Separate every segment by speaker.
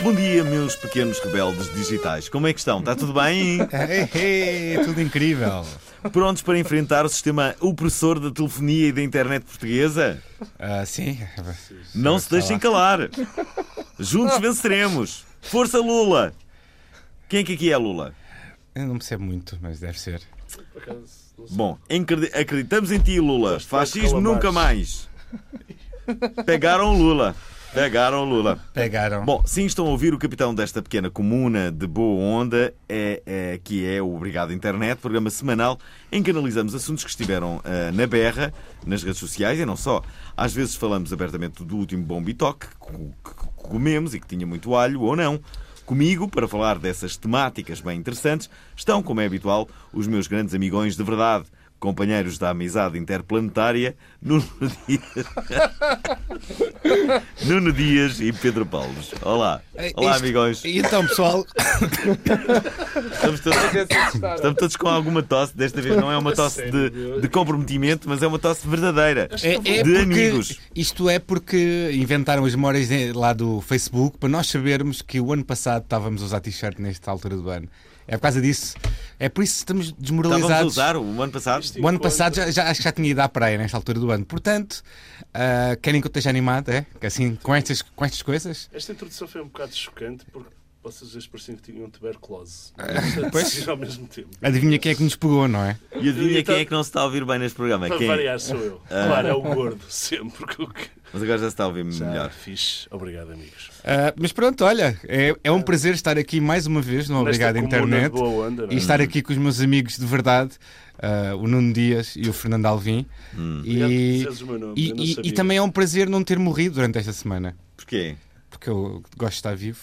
Speaker 1: Bom dia, meus pequenos rebeldes digitais. Como é que estão? Está tudo bem?
Speaker 2: Ei, ei, tudo incrível.
Speaker 1: Prontos para enfrentar o sistema opressor da telefonia e da internet portuguesa?
Speaker 2: Ah, sim.
Speaker 1: Não se deixem calar. Juntos venceremos. Força Lula! Quem é que aqui é Lula?
Speaker 2: Eu não percebo muito, mas deve ser.
Speaker 1: Bom, encredi- acreditamos em ti, Lula. Fascismo nunca mais. Pegaram o Lula. Pegaram o Lula.
Speaker 2: Pegaram.
Speaker 1: Bom, sim, estão a ouvir o capitão desta pequena comuna de boa onda, é, é- que é o Obrigado Internet, programa semanal em que analisamos assuntos que estiveram ah, na berra, nas redes sociais e não só. Às vezes falamos abertamente do último bom bitoque que, co- que comemos e que tinha muito alho ou não. Comigo, para falar dessas temáticas bem interessantes, estão, como é habitual, os meus grandes amigões de verdade, companheiros da amizade interplanetária, Nuno Dias. Nuno Dias e Pedro Paulos. Olá.
Speaker 2: Ei,
Speaker 1: Olá,
Speaker 2: isto-
Speaker 1: amigões.
Speaker 2: E então, pessoal,
Speaker 1: Estamos todos, estamos todos com alguma tosse. Desta vez não é uma tosse de, de comprometimento, mas é uma tosse verdadeira.
Speaker 2: é, é
Speaker 1: de
Speaker 2: porque-
Speaker 1: amigos.
Speaker 2: Isto é porque inventaram as memórias de- lá do Facebook para nós sabermos que o ano passado estávamos a usar t-shirt nesta altura do ano. É por causa disso. É por isso que estamos
Speaker 1: Estávamos a
Speaker 2: desmoralizados.
Speaker 1: usar o ano passado.
Speaker 2: O ano passado já, já- acho que já tinha ido à praia nesta altura do ano. Portanto, ah, querem que eu esteja animado, é? Que Assim, com estas, com estas coisas?
Speaker 3: Esta introdução foi um bocado chocante porque vocês dois pareciam que tinham tuberculose.
Speaker 1: Ah.
Speaker 3: Portanto, ao mesmo tempo.
Speaker 2: Adivinha quem é que nos pegou, não é?
Speaker 1: E adivinha
Speaker 3: Então-
Speaker 1: quem é que não se está a ouvir bem neste programa?
Speaker 3: Para
Speaker 1: Quem? é?
Speaker 3: variar sou eu.
Speaker 1: Ah.
Speaker 3: Claro, é o gordo, sempre. que o que- Tá,
Speaker 1: Mas agora já se está a ouvir melhor.
Speaker 3: Fixe. Obrigado, amigos.
Speaker 2: Ah, mas pronto, olha, é, é um prazer estar aqui mais uma vez no Obrigado
Speaker 3: Nesta comuna
Speaker 2: Internet
Speaker 3: de boa onda, não é?
Speaker 2: e estar aqui com os meus amigos de verdade, ah, o Nuno Dias e o Fernando Alvim.
Speaker 1: Hum.
Speaker 3: Obrigado por
Speaker 2: E,
Speaker 3: dizeres o meu nome,
Speaker 2: e-
Speaker 3: eu não
Speaker 2: e- e
Speaker 3: sabia.
Speaker 2: também é um prazer não ter morrido durante esta semana,
Speaker 1: Porquê?
Speaker 2: porque eu gosto de estar vivo.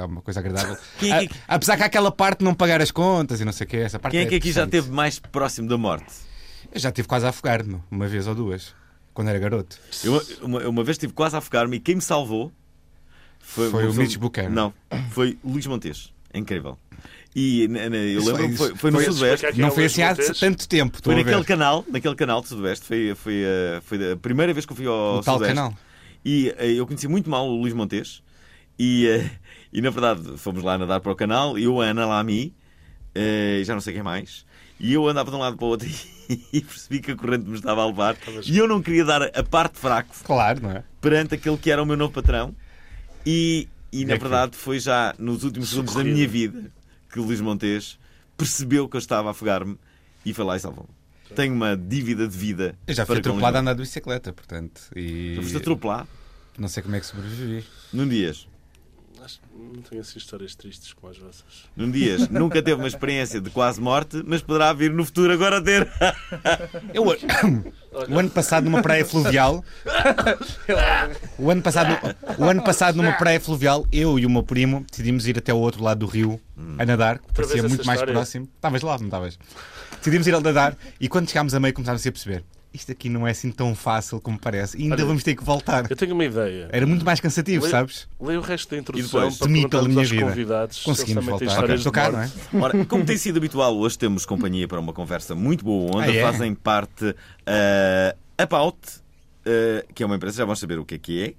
Speaker 2: É uma coisa agradável.
Speaker 1: Hum. Quem é que-
Speaker 2: A- apesar que há aquela parte de não pagar as contas e não sei o que, essa parte
Speaker 1: Quem é que aqui já
Speaker 2: interessante.
Speaker 1: esteve mais próximo da morte?
Speaker 2: Eu já tive quase a afogar-me, uma vez ou duas, quando era garoto.
Speaker 1: Eu uma, uma vez estive quase a afogar-me e quem me salvou
Speaker 2: Foi
Speaker 1: uma
Speaker 2: o Mitch Buchanan.
Speaker 1: Não, foi Luís Montes. É Incrível. E na- na- eu
Speaker 2: Isso
Speaker 1: lembro-me,
Speaker 2: foi-
Speaker 1: foi, foi no
Speaker 2: foi-
Speaker 1: Sudoeste.
Speaker 3: Explicar quem é
Speaker 2: não
Speaker 3: o
Speaker 2: foi assim há
Speaker 3: Luís Montes.
Speaker 2: tanto tempo, estou
Speaker 1: Foi
Speaker 2: a ver.
Speaker 1: naquele canal, naquele canal de Sudoeste, foi, foi, eh, foi a primeira vez que eu fui ao
Speaker 2: O tal
Speaker 1: Sudoeste.
Speaker 2: canal.
Speaker 1: E eh, eu conheci muito mal o Luís Montes e, eh, e na verdade fomos lá nadar para o canal, eu, a Ana Lamy, eh, e já não sei quem mais, e eu andava de um lado para o outro e percebi que a corrente me estava a levar e eu não queria dar a parte fraco
Speaker 2: Claro, não é?
Speaker 1: perante aquele que era o meu novo patrão e, e na
Speaker 2: é que-
Speaker 1: verdade foi já nos últimos segundos da minha vida que o Luís Montes percebeu que eu estava a afogar-me e foi lá e salvou-me. Tenho uma dívida de vida.
Speaker 2: Eu já fui
Speaker 1: para com o Luís
Speaker 2: atropelado a andar de bicicleta, portanto. E
Speaker 1: Montes. Foste atropelado
Speaker 2: não sei como é que sobrevivi.
Speaker 1: num dias.
Speaker 3: Acho que não tenho assim histórias tristes como as vossas.
Speaker 1: Num dias. Nunca teve uma experiência de quase morte, mas poderá vir no futuro agora a ter.
Speaker 2: Eu, o ano passado numa praia fluvial. o, ano passado, no- o ano passado numa praia fluvial, eu e o meu primo decidimos ir até o outro lado do rio a nadar, que
Speaker 3: vez
Speaker 2: parecia
Speaker 3: essa
Speaker 2: muito mais
Speaker 3: história.
Speaker 2: próximo. Estavas lá, não estavas? Decidimos ir a nadar e quando chegámos a meio começámos a perceber. Isto aqui não é assim tão fácil como parece. E ainda
Speaker 3: Olha,
Speaker 2: vamos ter que voltar.
Speaker 3: Eu tenho uma ideia.
Speaker 2: Era muito mais cansativo,
Speaker 3: Leio-
Speaker 2: sabes?
Speaker 3: Leio o resto da introdução
Speaker 1: depois?
Speaker 3: para
Speaker 2: Temi pela
Speaker 3: perguntarmos
Speaker 2: minha
Speaker 3: aos
Speaker 2: vida.
Speaker 3: convidados se eles
Speaker 2: Conseguimos
Speaker 3: também têm
Speaker 2: voltar.
Speaker 3: histórias
Speaker 2: Estou
Speaker 3: de
Speaker 2: cá,
Speaker 3: morte.
Speaker 2: não é?
Speaker 1: Ora, como tem sido habitual, hoje temos companhia para uma conversa muito boa onda.
Speaker 2: Ah, é?
Speaker 1: Fazem parte eh, About, eh, que é uma empresa, já vão saber o que é que é.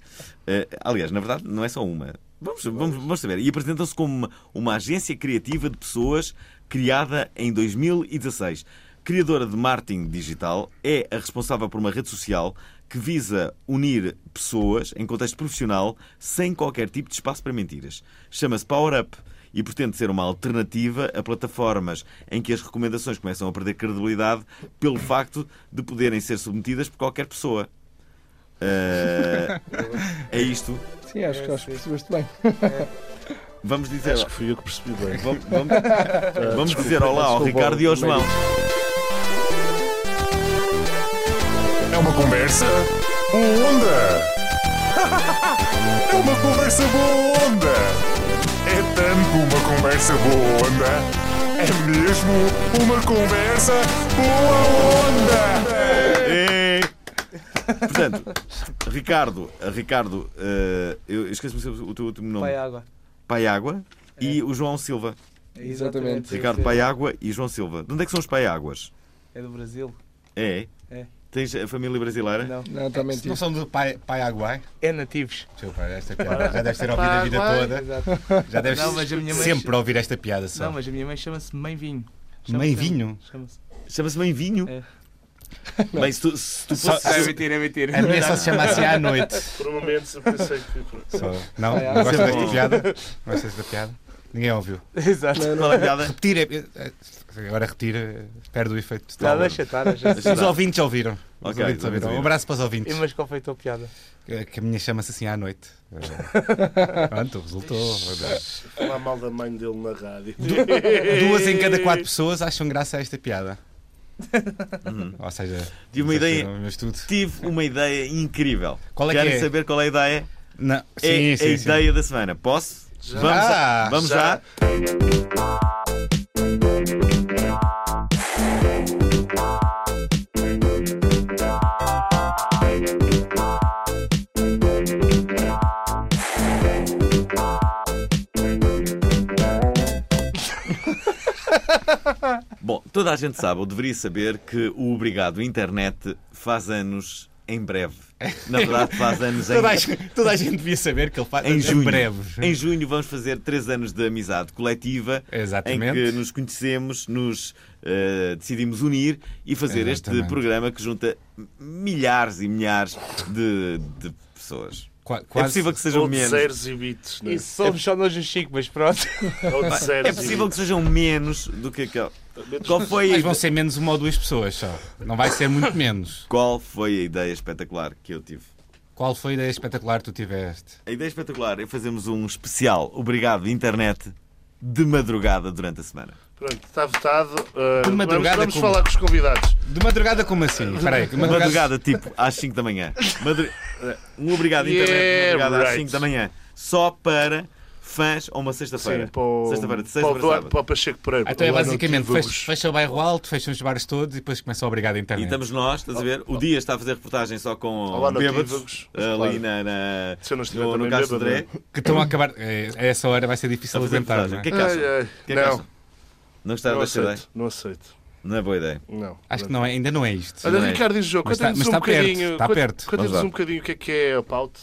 Speaker 1: Eh, aliás, na verdade, não é só uma. Vamos, vamos, vamos saber. E apresentam-se como uma, uma agência criativa de pessoas criada em 2016. Criadora de marketing digital, é a responsável por uma rede social que visa unir pessoas em contexto profissional sem qualquer tipo de espaço para mentiras. Chama-se Power Up e pretende ser uma alternativa a plataformas em que as recomendações começam a perder credibilidade pelo facto de poderem ser submetidas por qualquer pessoa. Eh, é isto.
Speaker 4: Sim, acho que acho que percebeste bem.
Speaker 1: Vamos dizer,
Speaker 3: Acho que fui eu que percebi bem.
Speaker 1: vamos, vamos- vamos dizer olá ao
Speaker 3: desculpa,
Speaker 1: Ricardo e ao João.
Speaker 5: É uma conversa? Boa onda! uma conversa boa onda. É tanto uma conversa boa onda. É mesmo uma conversa boa onda.
Speaker 1: É. Portanto, Ricardo, Ricardo, eh, eu esqueci-me sempre o teu último nome.
Speaker 6: Pai é água.
Speaker 1: Paiágua e o João Silva.
Speaker 4: Exatamente.
Speaker 1: Ricardo Paiágua e João Silva. De onde é que são os Paiáguas?
Speaker 6: É do Brasil.
Speaker 1: É?
Speaker 6: É.
Speaker 1: Tens a família brasileira?
Speaker 6: Não.
Speaker 4: Não, está
Speaker 2: Não
Speaker 4: mentindo.
Speaker 2: são do pai, pai Aguai?
Speaker 6: É nativos.
Speaker 2: Seu pai, esta piada já deves ter ouvido a vida toda.
Speaker 6: Exato.
Speaker 2: Já deves
Speaker 6: Não, mas a minha mãe-
Speaker 2: sempre ouvir esta piada
Speaker 6: Não,
Speaker 2: só.
Speaker 6: mas a minha mãe chama-se Mãe Vinho.
Speaker 2: Mãe Vinho?
Speaker 6: Chama-se.
Speaker 1: Chama-se Bem Vinho.
Speaker 6: É.
Speaker 1: Bem, se tu, se tu
Speaker 2: Só-
Speaker 1: fosses-
Speaker 6: Ah, é mentira, é mentira.
Speaker 2: A minha só se chama assim à noite.
Speaker 3: Por um momento eu pensei que. pronto.
Speaker 2: Só- Não,
Speaker 6: É,
Speaker 2: não gostas desta piada? Não gostas da piada? Ninguém ouviu.
Speaker 6: Exato.
Speaker 1: Qual é a piada?
Speaker 2: Repetir é- é- Agora repetir é- perde o efeito
Speaker 6: Tá,
Speaker 2: total.
Speaker 6: deixa estar, deixa estar.
Speaker 2: Os ouvintes ouviram. Os
Speaker 1: Ok,
Speaker 2: ouvintes
Speaker 1: os ouvintes
Speaker 2: ouviram. Um
Speaker 1: ouviram.
Speaker 2: abraço para os
Speaker 6: E,
Speaker 2: ouvintes.
Speaker 6: Mas qual foi a tua piada?
Speaker 2: Que- Que a minha chama-se assim à noite. Pronto, resultou.
Speaker 3: Falar mal da mãe dele na rádio.
Speaker 2: Duas em cada quatro pessoas acham graça a esta piada.
Speaker 6: Hum.
Speaker 2: Ou seja,
Speaker 1: Tive uma ideia.
Speaker 2: um estudo.
Speaker 1: Tive uma ideia incrível.
Speaker 2: Qual é que
Speaker 1: Querem
Speaker 2: é?
Speaker 1: saber qual é a ideia?
Speaker 2: Não, sim,
Speaker 1: é
Speaker 2: sim,
Speaker 1: a
Speaker 2: sim.
Speaker 1: ideia da semana. Posso? Vamos,
Speaker 2: Ah,
Speaker 1: a- vamos já.
Speaker 3: já.
Speaker 1: Bom, toda a gente sabe, ou deveria saber, que o Obrigado Internet faz anos em breve. Na verdade, faz anos em
Speaker 2: Toda a, gente- toda a gente devia saber que ele faz
Speaker 1: em junho.
Speaker 2: breves.
Speaker 1: Em junho vamos fazer três anos de amizade coletiva
Speaker 2: Exatamente.
Speaker 1: em que nos conhecemos, nos eh, decidimos unir e fazer este
Speaker 2: Exatamente.
Speaker 1: programa que junta milhares e milhares de, de pessoas.
Speaker 2: Qua-
Speaker 1: É
Speaker 2: quase-
Speaker 1: possível que sejam
Speaker 3: Ou de
Speaker 1: menos.
Speaker 3: zeros e bits, né?
Speaker 6: Isso somos só nós os Chico, mas pronto.
Speaker 3: Ou de zeros
Speaker 1: É possível
Speaker 3: e
Speaker 1: que sejam menos do que aquela. Qual foi a
Speaker 2: Mas vão ser menos uma ou duas pessoas só. Não vai ser muito menos.
Speaker 1: Qual foi a ideia espetacular que eu tive?
Speaker 2: Qual foi a ideia espetacular que tu tiveste?
Speaker 1: A ideia espetacular é fazermos um especial Obrigado Internet de madrugada durante a semana.
Speaker 3: Pronto, está votado. Uh,
Speaker 2: De madrugada
Speaker 3: vamos vamos
Speaker 2: como?
Speaker 3: falar com os convidados.
Speaker 2: De madrugada como assim? Espera aí. de madrugada-
Speaker 1: Madrugada tipo às 5 da manhã. Madru- Um Obrigado Internet de
Speaker 3: Yeah,
Speaker 1: madrugada às
Speaker 3: right.
Speaker 1: 5 da manhã. Só para fãs ou uma sexta-feira.
Speaker 3: Sim, para o,
Speaker 1: Sexta-feira, de
Speaker 3: para,
Speaker 1: sexta
Speaker 3: o
Speaker 1: para
Speaker 3: Duarte,
Speaker 1: sábado.
Speaker 3: para o Pacheco Pereira.
Speaker 2: Então é
Speaker 3: Lá no
Speaker 2: basicamente
Speaker 3: Tivus.
Speaker 2: fecha, fecha o bairro alto, fecham os bares todos e depois começa a obrigada à
Speaker 1: E
Speaker 2: internet.
Speaker 1: estamos nós, estás a ver? O Dias está a fazer reportagem só com
Speaker 3: Olá, no
Speaker 1: bêbados.
Speaker 3: Equívocos.
Speaker 1: Ali na, na,
Speaker 3: Se eu não estiver
Speaker 1: no, no
Speaker 3: também
Speaker 1: Castro
Speaker 3: bêbado, né?
Speaker 1: André.
Speaker 2: Que estão a acabar. é, A essa hora vai ser difícil
Speaker 1: A fazer
Speaker 2: aguentar.
Speaker 1: reportagem.
Speaker 2: não é?
Speaker 1: O que é que acham?
Speaker 3: Ai, ai,
Speaker 1: O que é que
Speaker 3: não,
Speaker 1: acham? Não gostaram
Speaker 3: não
Speaker 1: desta ideia?
Speaker 3: aceito. Não aceito.
Speaker 1: Não é boa ideia.
Speaker 3: Não.
Speaker 2: Acho que não é, ainda não é isto.
Speaker 3: Olha,
Speaker 1: Não é.
Speaker 3: Ricardo diz o jogo.
Speaker 2: Mas está-
Speaker 3: Conta-nos
Speaker 2: mas
Speaker 3: um
Speaker 2: está perto,
Speaker 3: bocadinho.
Speaker 2: está perto.
Speaker 1: Vamos
Speaker 3: Conta-nos
Speaker 1: lá.
Speaker 3: um bocadinho o que é que é a pauta.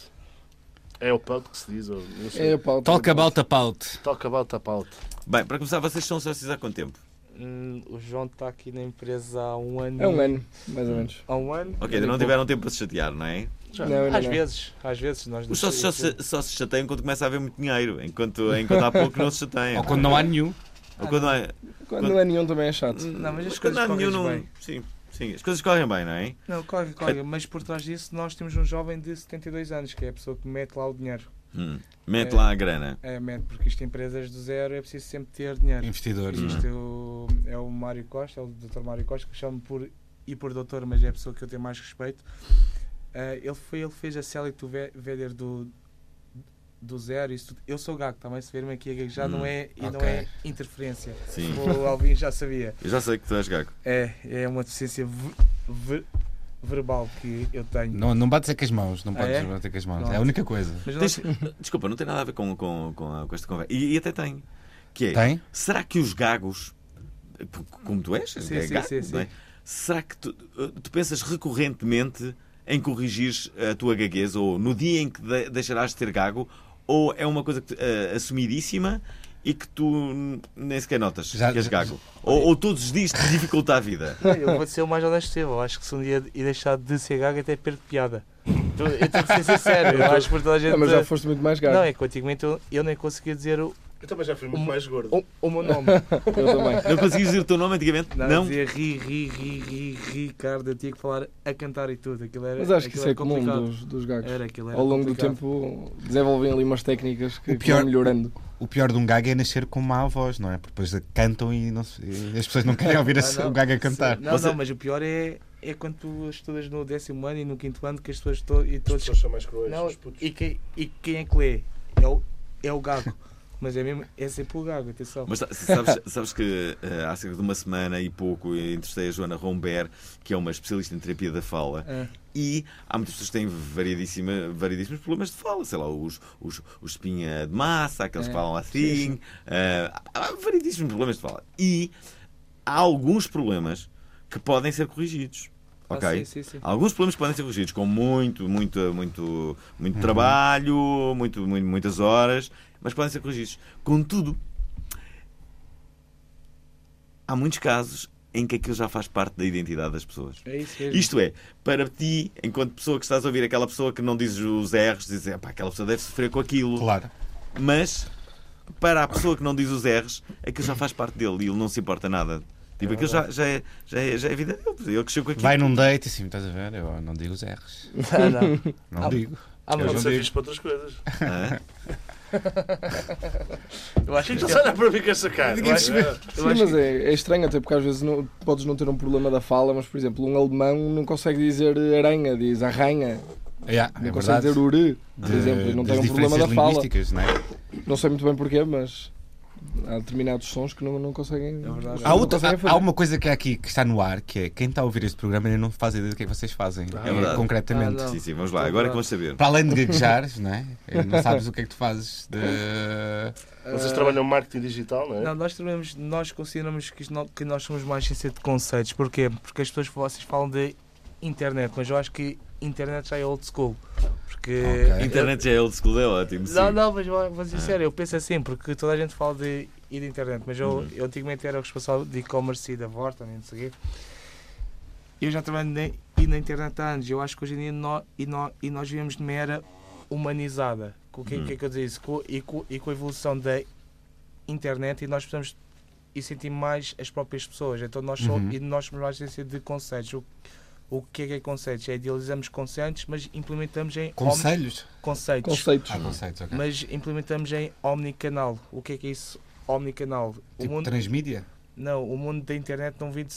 Speaker 3: É o pauta que se diz? Ou, não sei.
Speaker 4: É o pau.
Speaker 2: Talk about a pout.
Speaker 3: Talk about a pauta.
Speaker 1: Bem, para começar, vocês são sócios há quanto tempo?
Speaker 6: Hum, o João está aqui na empresa há um ano.
Speaker 4: É um ano, mais ou menos.
Speaker 6: Há um ano?
Speaker 1: Ok, ainda não tiveram tempo para se chatear, não é?
Speaker 3: Já.
Speaker 4: Não, não,
Speaker 6: Às
Speaker 4: não.
Speaker 6: vezes, às vezes nós
Speaker 1: Os sócios só se, só se chateiam quando começa a haver muito dinheiro, enquanto, enquanto há pouco não se chateiam.
Speaker 2: Ou quando não há nenhum.
Speaker 1: Ou quando há-
Speaker 4: Quando não é nenhum também é chato.
Speaker 6: Não, mas as
Speaker 1: quando
Speaker 6: coisas
Speaker 1: há
Speaker 6: correm
Speaker 1: nenhum, não-
Speaker 6: bem.
Speaker 1: Sim, sim, as coisas correm bem, não é?
Speaker 6: Não, corre, corre. Mas por trás disso nós temos um jovem de 72 anos, que é a pessoa que mete lá o dinheiro.
Speaker 1: Hum, Mete
Speaker 6: É.
Speaker 1: lá a grana.
Speaker 6: É, mete, porque isto empresas do zero é preciso sempre ter dinheiro.
Speaker 2: Investidores.
Speaker 1: Hum.
Speaker 6: Isto é o, é o Mário Costa, é o Dr. Mário Costa, que eu chamo por e por doutor, mas é a pessoa que eu tenho mais respeito. Ah, ele, foi, ele fez a Célia que tu ve- veder do, do zero. Isso tudo. Eu sou gago, também se ver-me aqui a gaguejar
Speaker 1: Hum,
Speaker 6: não é, e não
Speaker 2: ok.
Speaker 6: é interferência.
Speaker 1: Sim.
Speaker 6: O Alvin já sabia.
Speaker 1: Eu já sei que tu és gago.
Speaker 6: É, é uma deficiência ve- ve- verbal que eu tenho.
Speaker 2: Não, não bates é com as mãos. Não
Speaker 6: Ah,
Speaker 2: podes
Speaker 6: é?
Speaker 2: bater com as mãos.
Speaker 6: Pronto.
Speaker 2: É a única coisa.
Speaker 6: Mas não
Speaker 1: Tens- Desculpa, não tem nada a ver com, com, com, a- com esta conversa. E, e até tem. Que é,
Speaker 2: Tem?
Speaker 1: será que os gagos, p- como tu és,
Speaker 6: Sim,
Speaker 1: é
Speaker 6: sim,
Speaker 1: gago,
Speaker 6: sim, sim.
Speaker 1: não é? será que tu, tu pensas recorrentemente em corrigir a tua gagueza ou no dia em que de- deixarás de ter gago ou é uma coisa que, eh, assumidíssima e que tu n- nem sequer notas
Speaker 2: Já-
Speaker 1: que és
Speaker 2: já-
Speaker 1: gago? Ou, ou todos os dias te dificulta a vida?
Speaker 6: Olha, Eu vou ser o mais honesto possível. Eu Acho que se um dia e deixar de ser gago até perco piada. Então, Eu tenho que ser sincero. Eu acho que por toda a gente.
Speaker 4: Não, mas já foste muito mais gago.
Speaker 6: Não, é que antigamente eu, eu nem conseguia dizer o,
Speaker 3: Eu também já fui
Speaker 2: Um-
Speaker 3: muito mais gordo.
Speaker 6: o, o meu nome.
Speaker 4: Eu também.
Speaker 1: Não conseguias dizer o teu nome antigamente?
Speaker 6: Não,
Speaker 1: Não?
Speaker 6: dizia ri, ri, ri, ri, Ricardo. Eu tinha que falar a cantar e tudo. Aquilo era,
Speaker 4: Mas acho que
Speaker 6: aquilo
Speaker 4: isso
Speaker 6: era
Speaker 4: é comum
Speaker 6: complicado.
Speaker 4: dos, dos gagos.
Speaker 6: Era, aquilo era
Speaker 4: Ao longo do
Speaker 6: complicado.
Speaker 4: tempo desenvolvem ali umas técnicas que
Speaker 2: O pior-
Speaker 4: vão melhorando.
Speaker 2: O pior de um gago é nascer com má voz, não é? Porque depois cantam e, não se- e as pessoas não querem ouvir a-
Speaker 6: Ah, não.
Speaker 2: o gago a cantar.
Speaker 6: Não, não, mas o pior é, é quando tu estudas no décimo ano e no quinto ano que as pessoas to e
Speaker 3: As
Speaker 6: todos.
Speaker 3: pessoas são mais cruéis,
Speaker 6: Não,
Speaker 3: os putos.
Speaker 6: e, que, e quem é que lê? É o, é o gago. Mas é mesmo, é sempre o gago, atenção.
Speaker 1: Mas sa- sabes, sabes que eh, há cerca de uma semana e pouco eu entrevistei a Joana Romber, que é uma especialista em terapia da fala,
Speaker 6: É.
Speaker 1: e há muitas pessoas que têm variedíssima, variedíssimos problemas de fala, sei lá, os, os, os espinha de massa,
Speaker 6: É,
Speaker 1: aqueles que falam assim, eh, há há variedíssimos problemas de fala. E há alguns problemas que podem ser corrigidos.
Speaker 6: Ah,
Speaker 1: ok?
Speaker 6: sim, sim, sim.
Speaker 1: Alguns problemas que podem ser corrigidos com muito, muito, muito,
Speaker 6: Uhum.
Speaker 1: muito trabalho, muito, muito- muitas horas, mas podem ser corrigidos. Contudo, há muitos casos em que aquilo já faz parte da identidade das pessoas.
Speaker 6: É isso mesmo.
Speaker 1: Isto é, para ti, enquanto pessoa que estás a ouvir, aquela pessoa que não diz os erros, diz, "Epá, aquela pessoa deve sofrer com aquilo.
Speaker 2: Claro.
Speaker 1: Mas para a pessoa que não diz os R's, aquilo já faz parte dele e ele não se importa nada. Tipo, aquilo já, já, é, já, é, já é vida dele. Ele cresceu com aquilo.
Speaker 2: Vai num date e assim, estás a ver? Eu não digo os R's.
Speaker 7: Ah, não.
Speaker 2: Não digo.
Speaker 7: Ah,
Speaker 2: Eu
Speaker 3: Pode
Speaker 7: mas
Speaker 2: já
Speaker 3: ser
Speaker 2: digo.
Speaker 3: fixe para outras coisas.
Speaker 1: Hã?
Speaker 7: eu acho que isto
Speaker 3: Estás
Speaker 7: é-
Speaker 3: a olhar Então para mim com essa cara.
Speaker 7: Ninguém
Speaker 3: não é?
Speaker 7: eu
Speaker 4: Sim,
Speaker 7: acho
Speaker 4: mas
Speaker 7: que-
Speaker 4: é, é estranho até porque às vezes não, podes não ter um problema da fala, mas por exemplo, um alemão não consegue dizer aranha, diz arranha,
Speaker 2: Yeah,
Speaker 4: não
Speaker 2: é
Speaker 4: consegue
Speaker 2: verdade.
Speaker 4: dizer uri, por exemplo, e não
Speaker 2: das
Speaker 4: tem um problema da
Speaker 2: diferenças
Speaker 4: fala.
Speaker 2: linguísticas, não é?
Speaker 4: Não sei muito bem porquê, mas há determinados sons que não, não conseguem.
Speaker 6: É verdade.
Speaker 4: não
Speaker 2: Há, outra,
Speaker 4: conseguem
Speaker 2: há,
Speaker 4: fazer.
Speaker 2: há uma coisa que é aqui que está no ar, que é quem está a ouvir este programa ainda não faz ideia do que é que vocês fazem eh,
Speaker 1: verdade.
Speaker 2: concretamente.
Speaker 6: Ah, não.
Speaker 1: Sim, sim, vamos lá. Agora é que vamos saber.
Speaker 2: Para além de gaguejares, não é? Eh, Não sabes o que é que tu fazes de-
Speaker 3: Vocês trabalham marketing digital, não é?
Speaker 6: Não, nós trabalhamos, nós consideramos que, isto não- que nós somos mais ciência de conceitos. Porquê? Porque as pessoas vocês falam de internet, mas eu acho que internet já é old school. Porque
Speaker 2: Ok.
Speaker 1: Internet já é old school, é ótimo. Sim.
Speaker 6: Não, não, mas vou vou dizer sério, eu penso assim, porque toda a gente fala de ir de internet, mas eu, eu antigamente era o responsável de e-commerce e da Vorton e não sei o quê. Eu já trabalho na, e na internet há anos, eu acho que hoje em dia nó- e, nó- e nós vivemos numa era humanizada. Com o que, que é que eu disse? Com, e, com, e com a evolução da internet e nós precisamos e sentir mais as próprias pessoas. Então nós, só-
Speaker 2: Uhum.
Speaker 6: e nós somos mais ciência de conceitos. O, o que é que é conceitos? É idealizamos conceitos, mas implementamos em hom-
Speaker 2: Conselhos?
Speaker 6: conceitos.
Speaker 4: Conceitos.
Speaker 2: Ah, conceitos, ok.
Speaker 6: Mas implementamos em omnicanal. O que é que é isso? Omnicanal. O
Speaker 2: tipo
Speaker 6: mundo,
Speaker 2: transmídia?
Speaker 6: não, o mundo da internet não vive,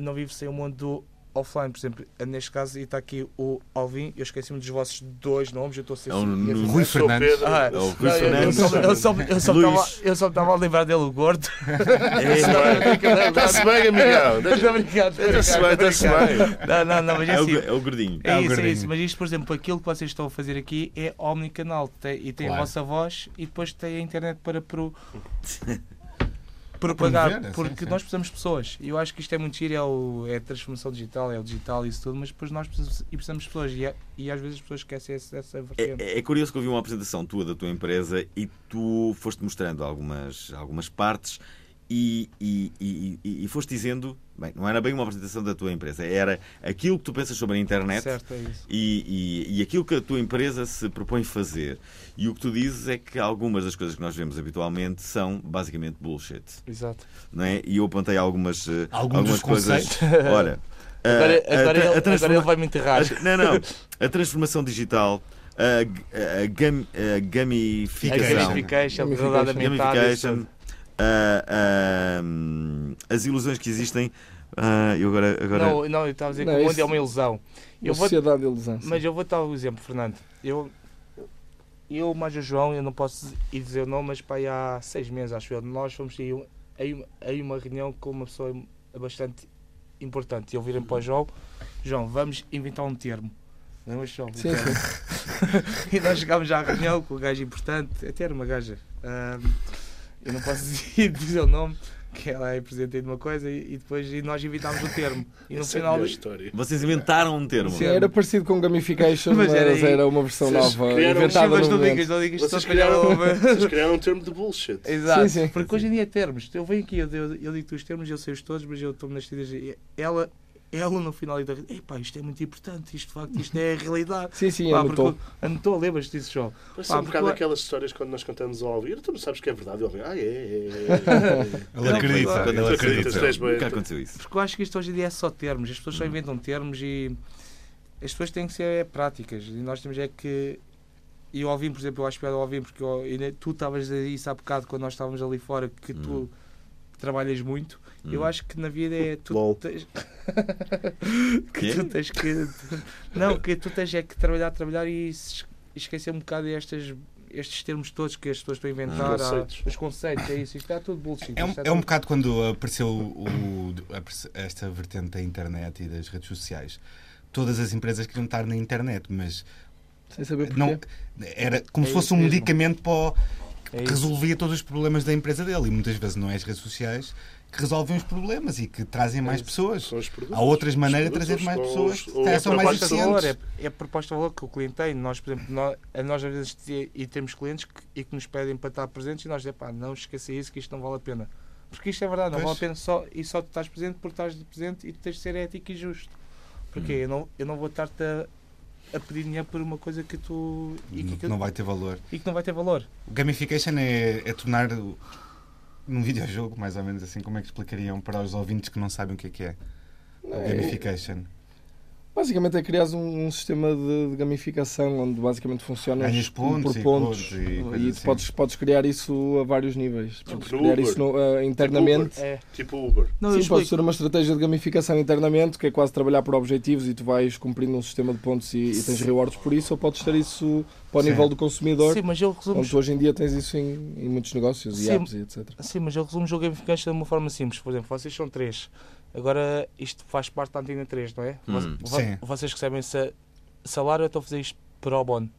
Speaker 6: não vive sem o mundo do offline. Por exemplo, neste caso, e está aqui o Alvin. Eu esqueci-me dos vossos dois nomes. Eu estou a ser.
Speaker 1: É um
Speaker 6: eu-
Speaker 1: Nuno.
Speaker 2: Rui
Speaker 3: Eu sou
Speaker 2: Fernandes.
Speaker 3: Pedro.
Speaker 6: Ah,
Speaker 1: É o Rui
Speaker 6: não, eu- eu
Speaker 1: Fernandes.
Speaker 6: só- eu só- eu só
Speaker 1: Luís.
Speaker 6: estava- eu só me estava a lembrar dele, o gordo.
Speaker 1: É,
Speaker 6: Tá um
Speaker 3: Está-se bem, amigão.
Speaker 6: Muito Tá obrigado.
Speaker 3: Está-se bem, está-se bem.
Speaker 6: Não, não, não, mas é
Speaker 1: É o,
Speaker 6: assim.
Speaker 1: é o gordinho.
Speaker 6: É
Speaker 2: Ah, o
Speaker 6: isso, é
Speaker 2: gordinho.
Speaker 6: isso. Mas isto, por exemplo, aquilo que vocês estão a fazer aqui é omnicanal. Tem, e tem
Speaker 2: Claro.
Speaker 6: a vossa voz e depois tem a internet para pro... propagar.
Speaker 2: Promover, sim,
Speaker 6: porque
Speaker 2: sim.
Speaker 6: nós precisamos de pessoas. E eu acho que isto é muito giro, é, o, é a transformação digital, é o digital e isso tudo, mas depois nós precisamos, e precisamos de pessoas. E, é- e às vezes as pessoas esquecem essa, essa vertente.
Speaker 1: É, é curioso que eu vi uma apresentação tua da tua empresa e tu foste mostrando algumas, algumas partes e, e- e- e- e foste dizendo. Bem, não era bem uma apresentação da tua empresa, era aquilo que tu pensas sobre a internet.
Speaker 6: Certo, é isso.
Speaker 1: E, e- e aquilo que a tua empresa se propõe fazer. E o que tu dizes é que algumas das coisas que nós vemos habitualmente são basicamente bullshit.
Speaker 6: Exato.
Speaker 1: Não é? E eu apontei algumas, eh,
Speaker 2: Alguns
Speaker 1: algumas
Speaker 2: dos
Speaker 1: coisas. Ora, eh, a
Speaker 7: Agora,
Speaker 1: tra-
Speaker 7: agora,
Speaker 1: a
Speaker 7: ele, agora
Speaker 1: transforma-
Speaker 7: ele vai me enterrar.
Speaker 1: a- Não, não. A transformação digital, a, g- a gam- a gamificação,
Speaker 6: A gamification, a
Speaker 4: Gamification.
Speaker 6: verdade aumentada, isso
Speaker 1: gamification, a- a- hum, as ilusões que existem. Ah, eu agora.
Speaker 6: tudo.
Speaker 1: agora...
Speaker 6: Não, não, eu estava a dizer
Speaker 4: Não,
Speaker 6: que o mundo
Speaker 4: isso-
Speaker 6: é uma ilusão.
Speaker 4: Uma
Speaker 6: Eu vou
Speaker 4: sociedade de ilusão. sim.
Speaker 6: Mas eu vou dar um exemplo, Fernando. Eu, eu mais o João, eu não posso ir dizer o nome, mas pá, aí há seis meses, acho eu, nós fomos aí um- aí uma- aí uma reunião com uma pessoa bastante importante. E ouvirem para o João, João, vamos inventar um termo. Lembras, João?
Speaker 4: Sim, sim.
Speaker 6: E nós chegámos à reunião com o gajo importante, até era uma gaja. Ahm, eu não posso dizer, dizer o nome, que ela é presidente de uma coisa, e, e depois e nós inventámos o termo. E no
Speaker 3: Essa é a
Speaker 6: final.
Speaker 3: melhor história.
Speaker 1: Vocês inventaram um termo.
Speaker 6: Sim.
Speaker 4: Era parecido com gamification,
Speaker 6: Mas
Speaker 4: mas,
Speaker 6: era
Speaker 4: era,
Speaker 6: aí.
Speaker 4: uma versão
Speaker 3: Vocês
Speaker 4: nova,
Speaker 3: criaram-
Speaker 6: Sim,
Speaker 4: inventada
Speaker 6: mas
Speaker 4: no
Speaker 6: não
Speaker 4: momento.
Speaker 6: digas, não digas, só
Speaker 3: Vocês
Speaker 6: se calhar
Speaker 3: criaram,
Speaker 6: houve-
Speaker 3: vocês criaram um termo de bullshit.
Speaker 6: Exato,
Speaker 4: Sim, sim.
Speaker 6: porque hoje em dia é termos. Eu venho aqui, eu, eu, eu digo-te os termos, eu sei os todos, mas eu estou nas tidas. e Ela, ela no final da epá, isto é muito importante, isto de facto, isto é a realidade.
Speaker 4: Sim, sim,
Speaker 6: Pá,
Speaker 4: anotou.
Speaker 6: porque eu- anotou, lembras-te disso, João?
Speaker 3: Parece
Speaker 6: Pá,
Speaker 3: um bocado
Speaker 6: porque-
Speaker 3: aquelas histórias quando nós cantamos ao ouvir. Tu não sabes que é verdade. e ao ouvir, Ah, é, é, é.
Speaker 2: Ele acredita.
Speaker 1: Quando
Speaker 3: Tu acreditas,
Speaker 2: Ele acredita.
Speaker 3: tu és bem.
Speaker 1: Nunca aconteceu isso.
Speaker 6: Porque eu acho que isto hoje em dia é só termos, as
Speaker 3: Uhum.
Speaker 6: pessoas só inventam termos e as pessoas têm que ser é, práticas. E nós temos é que. E eu ouvi, por
Speaker 3: Uhum.
Speaker 6: exemplo, eu acho que eu ouvi, porque eu- e ne- tu estavas a dizer isso há bocado quando nós estávamos ali fora, que tu trabalhas muito. Eu acho que na vida é tu
Speaker 1: Lol.
Speaker 6: tens que
Speaker 1: Quê?
Speaker 6: tu tens que não que tu tens é que trabalhar, trabalhar e se es- esquecer um bocado estas estes termos todos que as pessoas estão a inventar,
Speaker 3: Os
Speaker 6: há-
Speaker 3: conceitos.
Speaker 6: os conceitos, é isso, isto está tudo bullshit.
Speaker 2: É um,
Speaker 6: isto está
Speaker 2: é um
Speaker 6: tudo-
Speaker 2: bocado quando apareceu o- o- aparece- esta vertente da internet e das redes sociais. Todas as empresas queriam estar na internet, mas
Speaker 4: Sem saber porquê.
Speaker 2: não era como
Speaker 6: É
Speaker 2: se fosse
Speaker 6: isso
Speaker 2: um
Speaker 6: mesmo.
Speaker 2: medicamento para o- que
Speaker 6: É isso.
Speaker 2: resolvia todos os problemas da empresa dele. E muitas vezes não é as redes sociais que resolvem os problemas e que trazem
Speaker 6: É
Speaker 2: mais pessoas.
Speaker 3: é, São os produtos.
Speaker 2: Há outras
Speaker 3: Os
Speaker 2: maneiras de
Speaker 3: produtos,
Speaker 2: trazer mais
Speaker 3: ou os-
Speaker 2: pessoas que
Speaker 3: ou
Speaker 2: até
Speaker 3: a
Speaker 2: são mais
Speaker 3: proposta de
Speaker 6: proposta de
Speaker 2: eficientes.
Speaker 6: valor, é, é a proposta de valor que o cliente tem. Nós, por exemplo, nós, a nós às vezes te- e temos clientes que, e que nos pedem para estar presentes e nós dizemos, pá, não esqueça isso que isto não vale a pena. Porque isto é verdade, não
Speaker 2: Pois.
Speaker 6: vale a pena só, e só tu estás presente porque estás presente e tu tens de ser ético e justo. Porque
Speaker 2: Uhum.
Speaker 6: eu, não, eu não vou estar-te a, a pedir dinheiro por uma coisa que tu. e que,
Speaker 2: Não vai ter valor.
Speaker 6: e que não vai ter valor.
Speaker 2: O gamification é, é tornar o- num videojogo, mais ou menos assim, como é que explicariam para os ouvintes que não sabem o que é que é?
Speaker 4: Não,
Speaker 2: O
Speaker 4: é-
Speaker 2: gamification.
Speaker 4: Basicamente é criar um, um sistema de, de gamificação onde basicamente funciona um
Speaker 2: Ganhas pontos
Speaker 4: por
Speaker 2: e
Speaker 4: pontos
Speaker 2: pontos e coisas
Speaker 4: tu
Speaker 2: assim.
Speaker 4: podes, podes criar isso a vários níveis.
Speaker 6: Tipo
Speaker 4: Podes
Speaker 3: no
Speaker 4: criar
Speaker 3: Uber.
Speaker 4: isso no- eh, internamente.
Speaker 6: É.
Speaker 3: Tipo Uber.
Speaker 6: Não, eu
Speaker 4: Sim, pode
Speaker 6: explico.
Speaker 4: ser uma estratégia de gamificação internamente, que é quase trabalhar por objetivos e tu vais cumprindo um sistema de pontos e, e tens rewards por isso, ou podes ter isso para o
Speaker 2: Sim.
Speaker 4: nível do consumidor,
Speaker 6: Sim, mas eu resumo.
Speaker 4: onde tu hoje em dia tens isso em, em muitos negócios e
Speaker 6: Sim.
Speaker 4: apps e etc.
Speaker 6: Ah, Sim, mas eu resumo o jogo gamification de uma forma simples. Por exemplo, vocês são três. Agora isto faz parte da Antena 3, não é? Vo-
Speaker 1: Hum,
Speaker 6: vo-
Speaker 2: sim.
Speaker 6: Vocês recebem sa- salário, eu estou a fazer isto para o bono.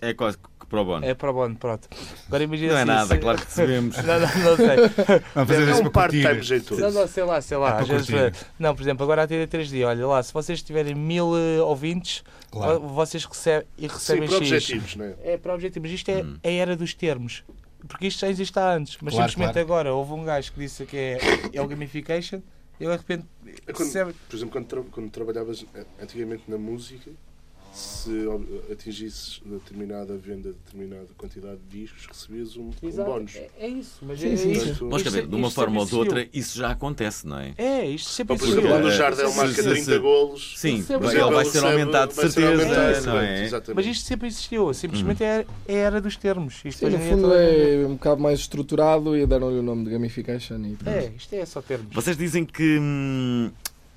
Speaker 1: É quase que pro bono.
Speaker 6: É para o bono, pronto. Agora imagina
Speaker 1: Não é
Speaker 6: assim,
Speaker 1: nada,
Speaker 6: se-
Speaker 1: claro que recebemos.
Speaker 6: Não, não, não sei.
Speaker 2: Ah, fazer
Speaker 3: É
Speaker 2: isso
Speaker 3: um
Speaker 2: para curtir.
Speaker 3: part-time jeitoso.
Speaker 6: Não, não, sei lá, sei lá.
Speaker 2: para
Speaker 6: Às vezes,
Speaker 2: curtir.
Speaker 6: eh, não, por exemplo, agora a Antena 3 diz, olha lá, se vocês tiverem mil eh, ouvintes,
Speaker 2: Claro.
Speaker 6: vo- vocês recebem e
Speaker 3: Sim,
Speaker 6: recebem
Speaker 3: para
Speaker 6: X.
Speaker 3: objetivos, não é?
Speaker 6: É para objetivos. Isto é
Speaker 1: Hum.
Speaker 6: a era dos termos. Porque isto já existe há anos. Mas
Speaker 2: Claro,
Speaker 6: simplesmente
Speaker 2: claro.
Speaker 6: agora houve um gajo que disse que é, é o gamification. e Eu de repente
Speaker 3: É quando-
Speaker 6: recebe.
Speaker 3: Por exemplo, quando, tra- quando trabalhavas eh, antigamente na música, se ob- atingisses determinada venda, determinada quantidade de discos, recebias um, um
Speaker 6: Exato,
Speaker 3: bónus.
Speaker 6: é- É isso, mas
Speaker 4: Sim,
Speaker 6: é
Speaker 4: sim,
Speaker 6: isso.
Speaker 4: sim.
Speaker 3: Portanto,
Speaker 1: Mas quer
Speaker 6: Isto-
Speaker 1: dizer, de uma
Speaker 6: isto
Speaker 1: forma ou de
Speaker 6: sempre
Speaker 1: outra, isso já acontece, não é?
Speaker 6: É, isto sempre
Speaker 3: Ou, por
Speaker 1: Sim,
Speaker 6: existiu.
Speaker 3: exemplo, quando o
Speaker 1: é-
Speaker 3: Jardel
Speaker 1: se-
Speaker 3: marca
Speaker 1: se-
Speaker 3: 30 golos,
Speaker 1: Sim,
Speaker 6: Sim,
Speaker 1: mas
Speaker 6: mas
Speaker 1: ele
Speaker 6: ele
Speaker 1: vai ser
Speaker 3: recebe-
Speaker 1: aumentado de
Speaker 3: vai ser
Speaker 1: certeza,
Speaker 3: aumentado,
Speaker 1: não é?
Speaker 3: Exatamente.
Speaker 6: Mas isto sempre existiu. Simplesmente
Speaker 1: Uhum.
Speaker 6: é a era dos termos. Isto
Speaker 4: Sim, no
Speaker 6: hoje em dia
Speaker 4: fundo
Speaker 6: toda a gente-
Speaker 4: é um bocado mais estruturado e deram-lhe o nome de gamification. E pronto.
Speaker 6: É, isto é só termos.
Speaker 1: Vocês dizem que, hum,